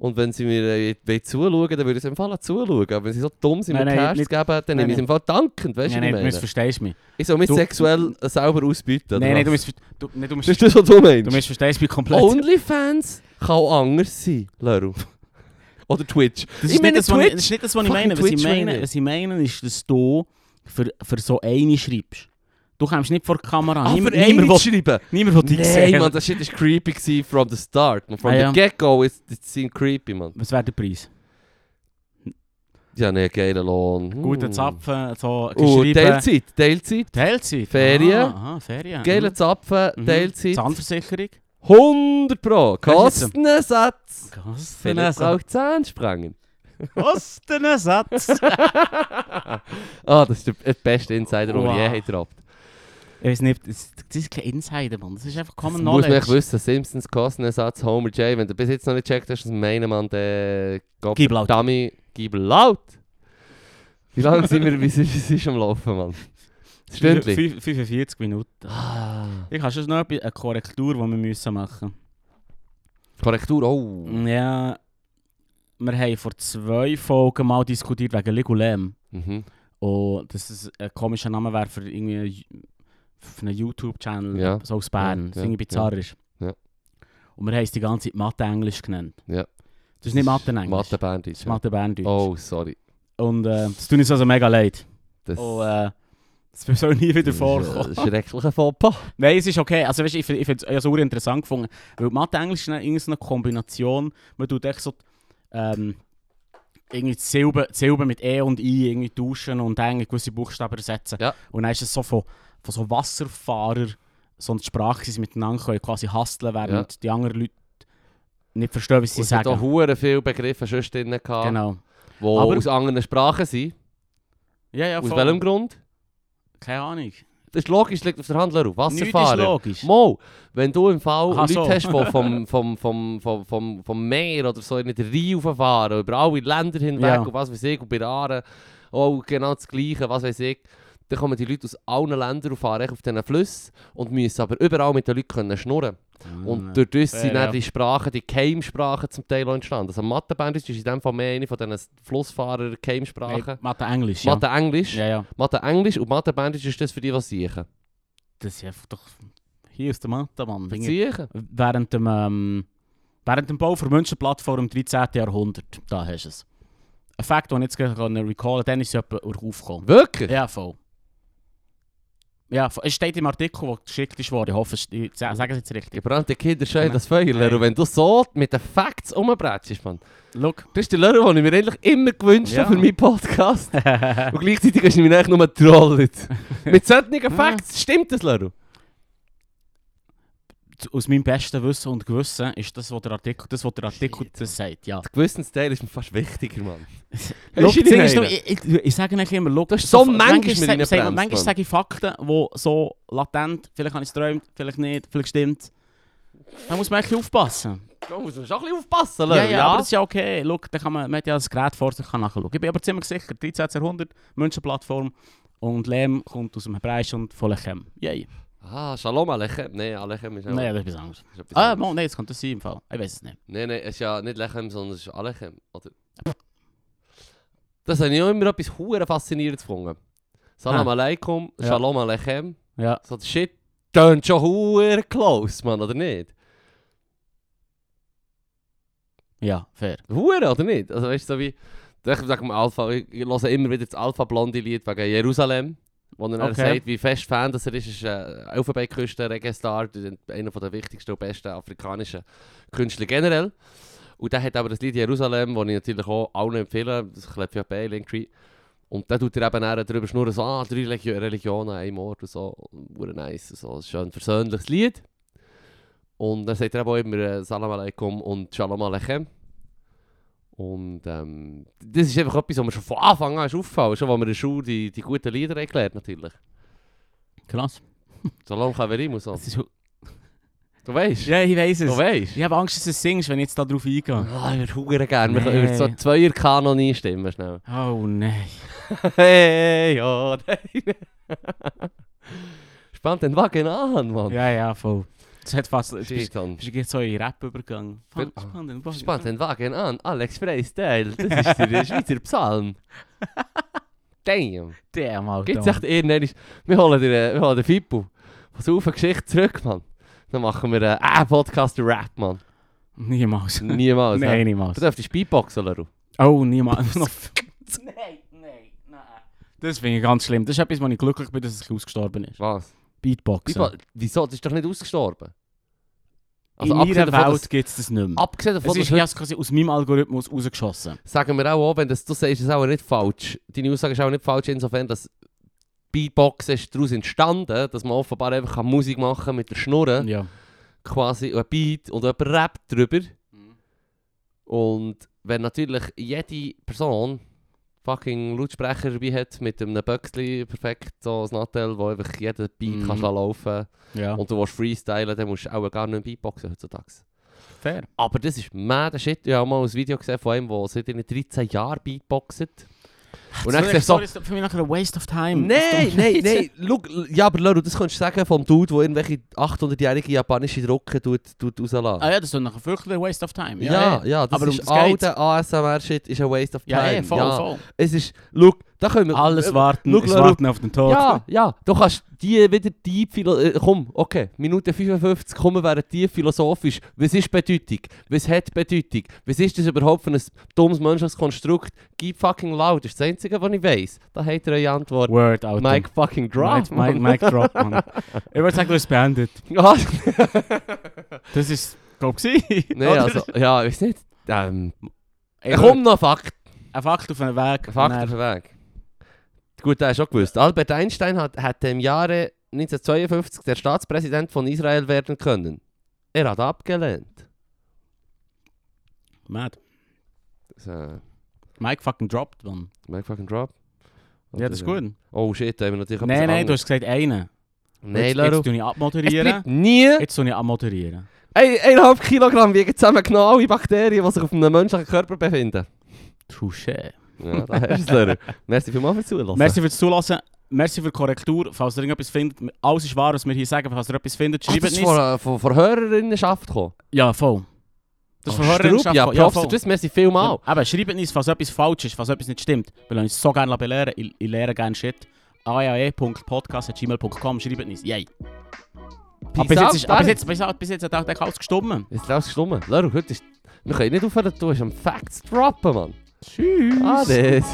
Und wenn sie mir äh, wollen zuschauen, dann würde ich es im Fall auch zuschauen. Aber wenn sie so dumm sind, Nein, mir nein, Cash nicht- zu geben, dann nehme ich es nein. im Fall dankend, weißt du, Nein, was ich nein, du meine? missverstehst mich. Ich soll mich Du- sexuell äh, selber ausbeuten. oder Nein, nein, du was? missver- du- nein, du Das ist missver- das, was du du meinst. missverstehst mich komplett. Onlyfans kann auch anders sein, Leru. Oder Twitch. Das ist, nicht das, was ich, das ist nicht das, was ich Fucking meine. Was ich Twitch meine, meine. was ich meine ist, dass du für, für so eine schreibst. Du kommst nicht vor die Kamera. Ah, für niemand, einen niemand, will, schreiben. niemand will dich Nein, sehen. man, das shit ist creepy gewesen from the start. Man. From Ah, the ja. get-go ist das seemed creepy, man. Was wäre der Preis? Ja, ne, geiler Lohn. Hm. Guten Zapfen, so Uh, geschrieben. Teilzeit, Teilzeit. Teilzeit. Ferien. Ah, aha, Ferien. Geiler Zapfen, Mhm. Teilzeit. Zahnversicherung. 100 Pro. Kannst du jetzt- Kostensatz. Vielleicht Kostenersatz. auch Zahnsprangen. Kostenersatz. Ah, das ist der, der beste Insider, den wir Wow. je haben gedroppt. Ich weiß nicht, das, das ist kein Insider, Mann. Das ist einfach Das Common muss man Knowledge. echt wissen. Simpsons, Kostenersatz, Homer J. Wenn du bis jetzt noch nicht checkt hast, dass mein Mann der Gib laut. Dummy gib laut. Wie lange sind wir, wie sind wie sind wir am Laufen, Mann? Ein Stündchen. Fünf- 45 Minuten. Ah, Ich habe schon noch etwas- eine Korrektur, die wir müssen machen Korrektur, oh. Mhm. Ja, wir haben vor zwei Folgen mal diskutiert wegen Ligulem. Mhm. Und dass es ein komischer Name wäre für, irgendwie einen Ju- für einen YouTube-Channel, Ja. so aus Bern. Ja, das irgendwie ja, bizarr ist. ja. Und wir haben es die ganze Zeit Mathe-Englisch genannt. Ja. Das ist nicht Mathe-Englisch. Mathe Bandit. Das ist Mathe-Berndeutsch. Oh, sorry. Und äh, das tut uns also mega leid. Das Und äh, das soll nie wieder das ist äh, ein vorkommen. schrecklicher Fauxpas. Nein, es ist okay. Also, weißt, du, ich finde es ich super interessant gefunden. Weil Mathe-Englisch ist irgendwie so eine Kombination. Man tut echt so ähm, irgendwie die Silben, die Silben mit E und I irgendwie tauschen und dann gewisse Buchstaben ersetzen. Ja. Und dann ist es so von, von so Wasserfahrern, so eine Sprache, die sie miteinander können, quasi hasteln, während die anderen Leute nicht verstehen, was sie Es hat auch sagen. hure viele Begriffe sonst drin gehabt, Genau. die Aber- aus anderen Sprachen sind. Ja, ja, Aus voll. welchem Grund? Keine Ahnung. Das ist logisch, liegt auf der Hand, Leru. Nichts ist Wasserfahren. logisch. Mal, wenn du im Fall Aha, Leute so. hast, die vom, vom, vom, vom, vom, vom Meer oder so in den Rhein rauffahren, über alle Länder hinweg Ja. und was weiß ich, und bei den Aaren auch genau das Gleiche, was weiß ich, dann kommen die Leute aus allen Ländern und fahren echt auf diesen Flüssen und müssen aber überall mit den Leuten können schnurren. Ah. Und durch das sind Ja, dann Mhm. ja. die Sprachen, die Keimsprachen zum Teil auch entstanden. Also Mathe-Bandage ist in dem Fall mehr eine von diesen Flussfahrer-Keimsprachen. Mathe-Englisch, ja. Mathe-Englisch. ja, ja. Mathe-Englisch und Mathe-Bandage ist das für die, was siechen. Das ist einfach doch... Hier ist der Mathe, Mann. Finger- Siechen? während dem, ähm, während dem Bau der Menschenplattform im 13. Jahrhundert. Da hast du es. Ein Fakt, den ich jetzt gerade recallen konnte, dann ist es etwa aufgekommen. Wirklich? Ja, voll. Ja, voll. es steht im Artikel, der geschickt wurde. Ich hoffe, es- ich sa- sage es jetzt richtig. Gebrannte Kinder schön Nein. das Feuer, Leru. Nein. Wenn du so mit den Facts rumbrätschst, Mann. Schau. Das ist der Leru, den ich mir eigentlich immer gewünscht Ja. habe für meinen Podcast. Und gleichzeitig hast du mich eigentlich nur getrollt. mit solchen Facts stimmt das, Leru. Zu- Aus meinem besten Wissen und Gewissen ist das, was der Artikel, das, was der Artikel Shit. das sagt. Ja. Der Gewissensteil ist mir fast wichtiger, Mann. Schau, Hast du das Ding nicht ist nur, einen? ich, ich, ich sage eigentlich immer, schau, Das ist so manchmal mit sag- ihnen sag- bremst, manchmal Mann. sage ich Fakten, die so latent, vielleicht habe ich es geträumt, vielleicht nicht, vielleicht stimmt. Da muss man eigentlich aufpassen. Da muss man schon ein bisschen aufpassen, Ja, Leru. ja, aber das ist ja okay. Schau, da kann man, man hat ja das Gerät vor sich, kann nachschauen. Ich bin aber ziemlich sicher, 13. Jahrhundert, Menschenplattform und Lehm kommt aus dem Hebräisch und von Lechem. Yay. Nou Ah, Shalom Alechem. Nein, Alechem ist ja... Nein, das ist etwas anderes. ist etwas Ah, anderes. Mann, nein, das könnte das sein im Fall. Ich weiß es nicht. Nein, nein, es ist ja nicht Lechem, sondern es ist Alechem, oder? Das habe ich auch immer etwas hure faszinierendes gefunden. Salam Ah. Aleikum, Ja. Shalom Alechem. Ja. So, der Shit tönt schon hure close, Mann, oder nicht? Ja, fair. Hure, oder nicht? Also, weißt du, so wie... Ich sag mal Alpha, ich ich höre immer wieder das Alpha-Blondie-Lied wegen Jerusalem. Wo er dann Okay. sagt, wie fest Fan das er ist, ist äh, Elfenbeinküste, Reggae-Star, einer der wichtigsten und besten afrikanischen Künstler generell. Und der hat aber das Lied Jerusalem, das ich natürlich auch allen empfehle, das klebt ja bei Linktree. Und dann tut er eben dann darüber schnurren, so, ah, drei Legio- Religionen, ein Mord und so. Wurde nice, und so. Das ist schon ein versöhnliches Lied. Und dann sagt er eben auch immer äh, Salam Aleikum und Shalom Alechem. Und ähm, das ist einfach etwas, was mir schon von Anfang an ist aufgefallen schon als wir in der Schule die, die guten Lieder haben gelernt natürlich. Krass. Salam Kaverim und so. Das ist, Du weißt, ja, ich weiß du es. weißt. Ich habe Angst, dass du es singst, wenn ich jetzt da drauf eingehe. Ah, ich würde hungern gerne. Wir können Nee. über so Zweier-Kanon einstimmen schnell. Oh nein. Hey, ja, nein. Spannt den Wagen an, Mann. Ja, ja, voll. Das hat fast. Du bist, Shit, Mann. bist jetzt so in Rap-Übergang. Fang- Ah. Spannend. Wagen. Spannt den Wagen an, Alex Freistyle. Das ist der Schweizer Psalm. Damn. Damn, Alter. Gibt's echt irgendwann... Wir holen den, wir holen den Fippo. Pass auf, eine Geschichte zurück, Mann. Dann machen wir einen äh, Podcast-Rap, Mann. Niemals. Niemals. Nein, ne? niemals. Du dürftest Beatboxen, Leru. Oh, niemals. nein, nein, nein. Das finde ich ganz schlimm. Das ist etwas, wo ich glücklich bin, dass es ausgestorben ist. Was? Beatboxen. Beatbo Wieso? Das ist doch nicht ausgestorben. Also in meiner abgesehen davon, dass, Welt gibt es das nicht mehr. abgesehen davon Es dass ist heute, erst quasi aus meinem Algorithmus rausgeschossen. sagen wir auch, auch wenn das, du sagst, ist es auch nicht falsch. Deine Aussage ist auch nicht falsch, insofern, dass Beatbox ist daraus entstanden, dass man offenbar einfach kann Musik machen kann mit der Schnurre, Ja. quasi ein Beat und jemand rappt drüber. Und wenn natürlich jede Person fucking Lautsprecher dabei hat mit einem Böckli perfekt, so ein Nattel, wo einfach jeder Beat Mhm. kann laufen Ja. und du willst freestylen, dann musst du auch gar nicht mehr Beatboxen heutzutage. fair. Aber das ist mad shit. Ich habe mal ein Video gesehen von einem, der seit in 13 Jahren Beatboxet. Und dann Sorry, sagst du so, sorry, ist für mich nachher ein Waste of Time. nein, Das tut mir nein, leid. nein, schau, ja, aber Leru, das kannst du sagen vom Dude, der irgendwelche 800-jährige japanische Drucke tut, tut rauslassen. Ah ja, das ist nachher wirklich ein Waste of Time. Ja, ja, ja, eh. das aber um ist das all geht's. der ASMR-Shit ist ein waste of time. Ja, eh, voll, voll. Es ist, schau, da können wir... Alles äh, warten, schau, ist Leru- warten auf den Tod. Ja, ja, du kannst die wieder tief... philo- Äh, komm, okay, Minute 55, kommen wären tief philosophisch. Was ist Bedeutung? Was hat Bedeutung? Was ist das überhaupt für ein dummes menschliches Konstrukt? Gib fucking laut, das ist das Einzige, was ich weiss. Da hat er eine Antwort. Word out. Mike fucking Drop. Mike, Mike, Mike Drop, Mann. Ich würde sagen, du hast beendet. Ja, Das ist, glaube ich, nee, oder? also, ja, ich weiß nicht. Ähm, Ey, komm noch, fuck. Ein Fakt auf den Weg. Fakt Nein. auf den Weg. Gut, das hast du auch gewusst. Albert Einstein hat, hat im Jahre 1952 der Staatspräsident von Israel werden können. Er hat abgelehnt. Mad. So, Mike fucking dropped, Mann. Mike fucking drop. Ja, das ist gut. Oh shit, da haben wir natürlich Nein, nein, du hast gesagt einen. Nein, jetzt, jetzt Leru. tue ich Es abmoderieren. bleibt nie Jetzt tue ich abmoderieren. Ey, 1,5 Kilogramm wiegen zusammen genau alle Bakterien, die sich auf einem menschlichen Körper befinden. Touché. Ja, da hast du es, Leru. Merci vielmals fürs Zuhören. Merci fürs Zulassen. Merci für die Korrektur. Falls ihr irgendetwas findet, alles ist wahr, was wir hier sagen. Falls ihr etwas findet, Ach, schreibt das es ist nicht. von, äh, von, von Hörerinnenschaft gekommen. Ja, voll. Das ist Oh, von Strupp, Hörerinnenschaft. Ja, voll. Props, voll. für das merci vielmal. Ja, Aber schreibt uns, falls etwas falsch ist, falls etwas nicht stimmt. Weil ich uns so gerne belehren. Ich, ich lehre gerne Shit. E aae.podcast.gmail.com Schreibt uns. Yay. Aber bis jetzt, ist, aber bis jetzt, bis jetzt, bis jetzt hat auch der Chaos gestummen. Jetzt läufst du rum. Leru, heute ist... Wir können nicht aufhören, du hast am Facts droppen, Mann. Tschüss. Alles.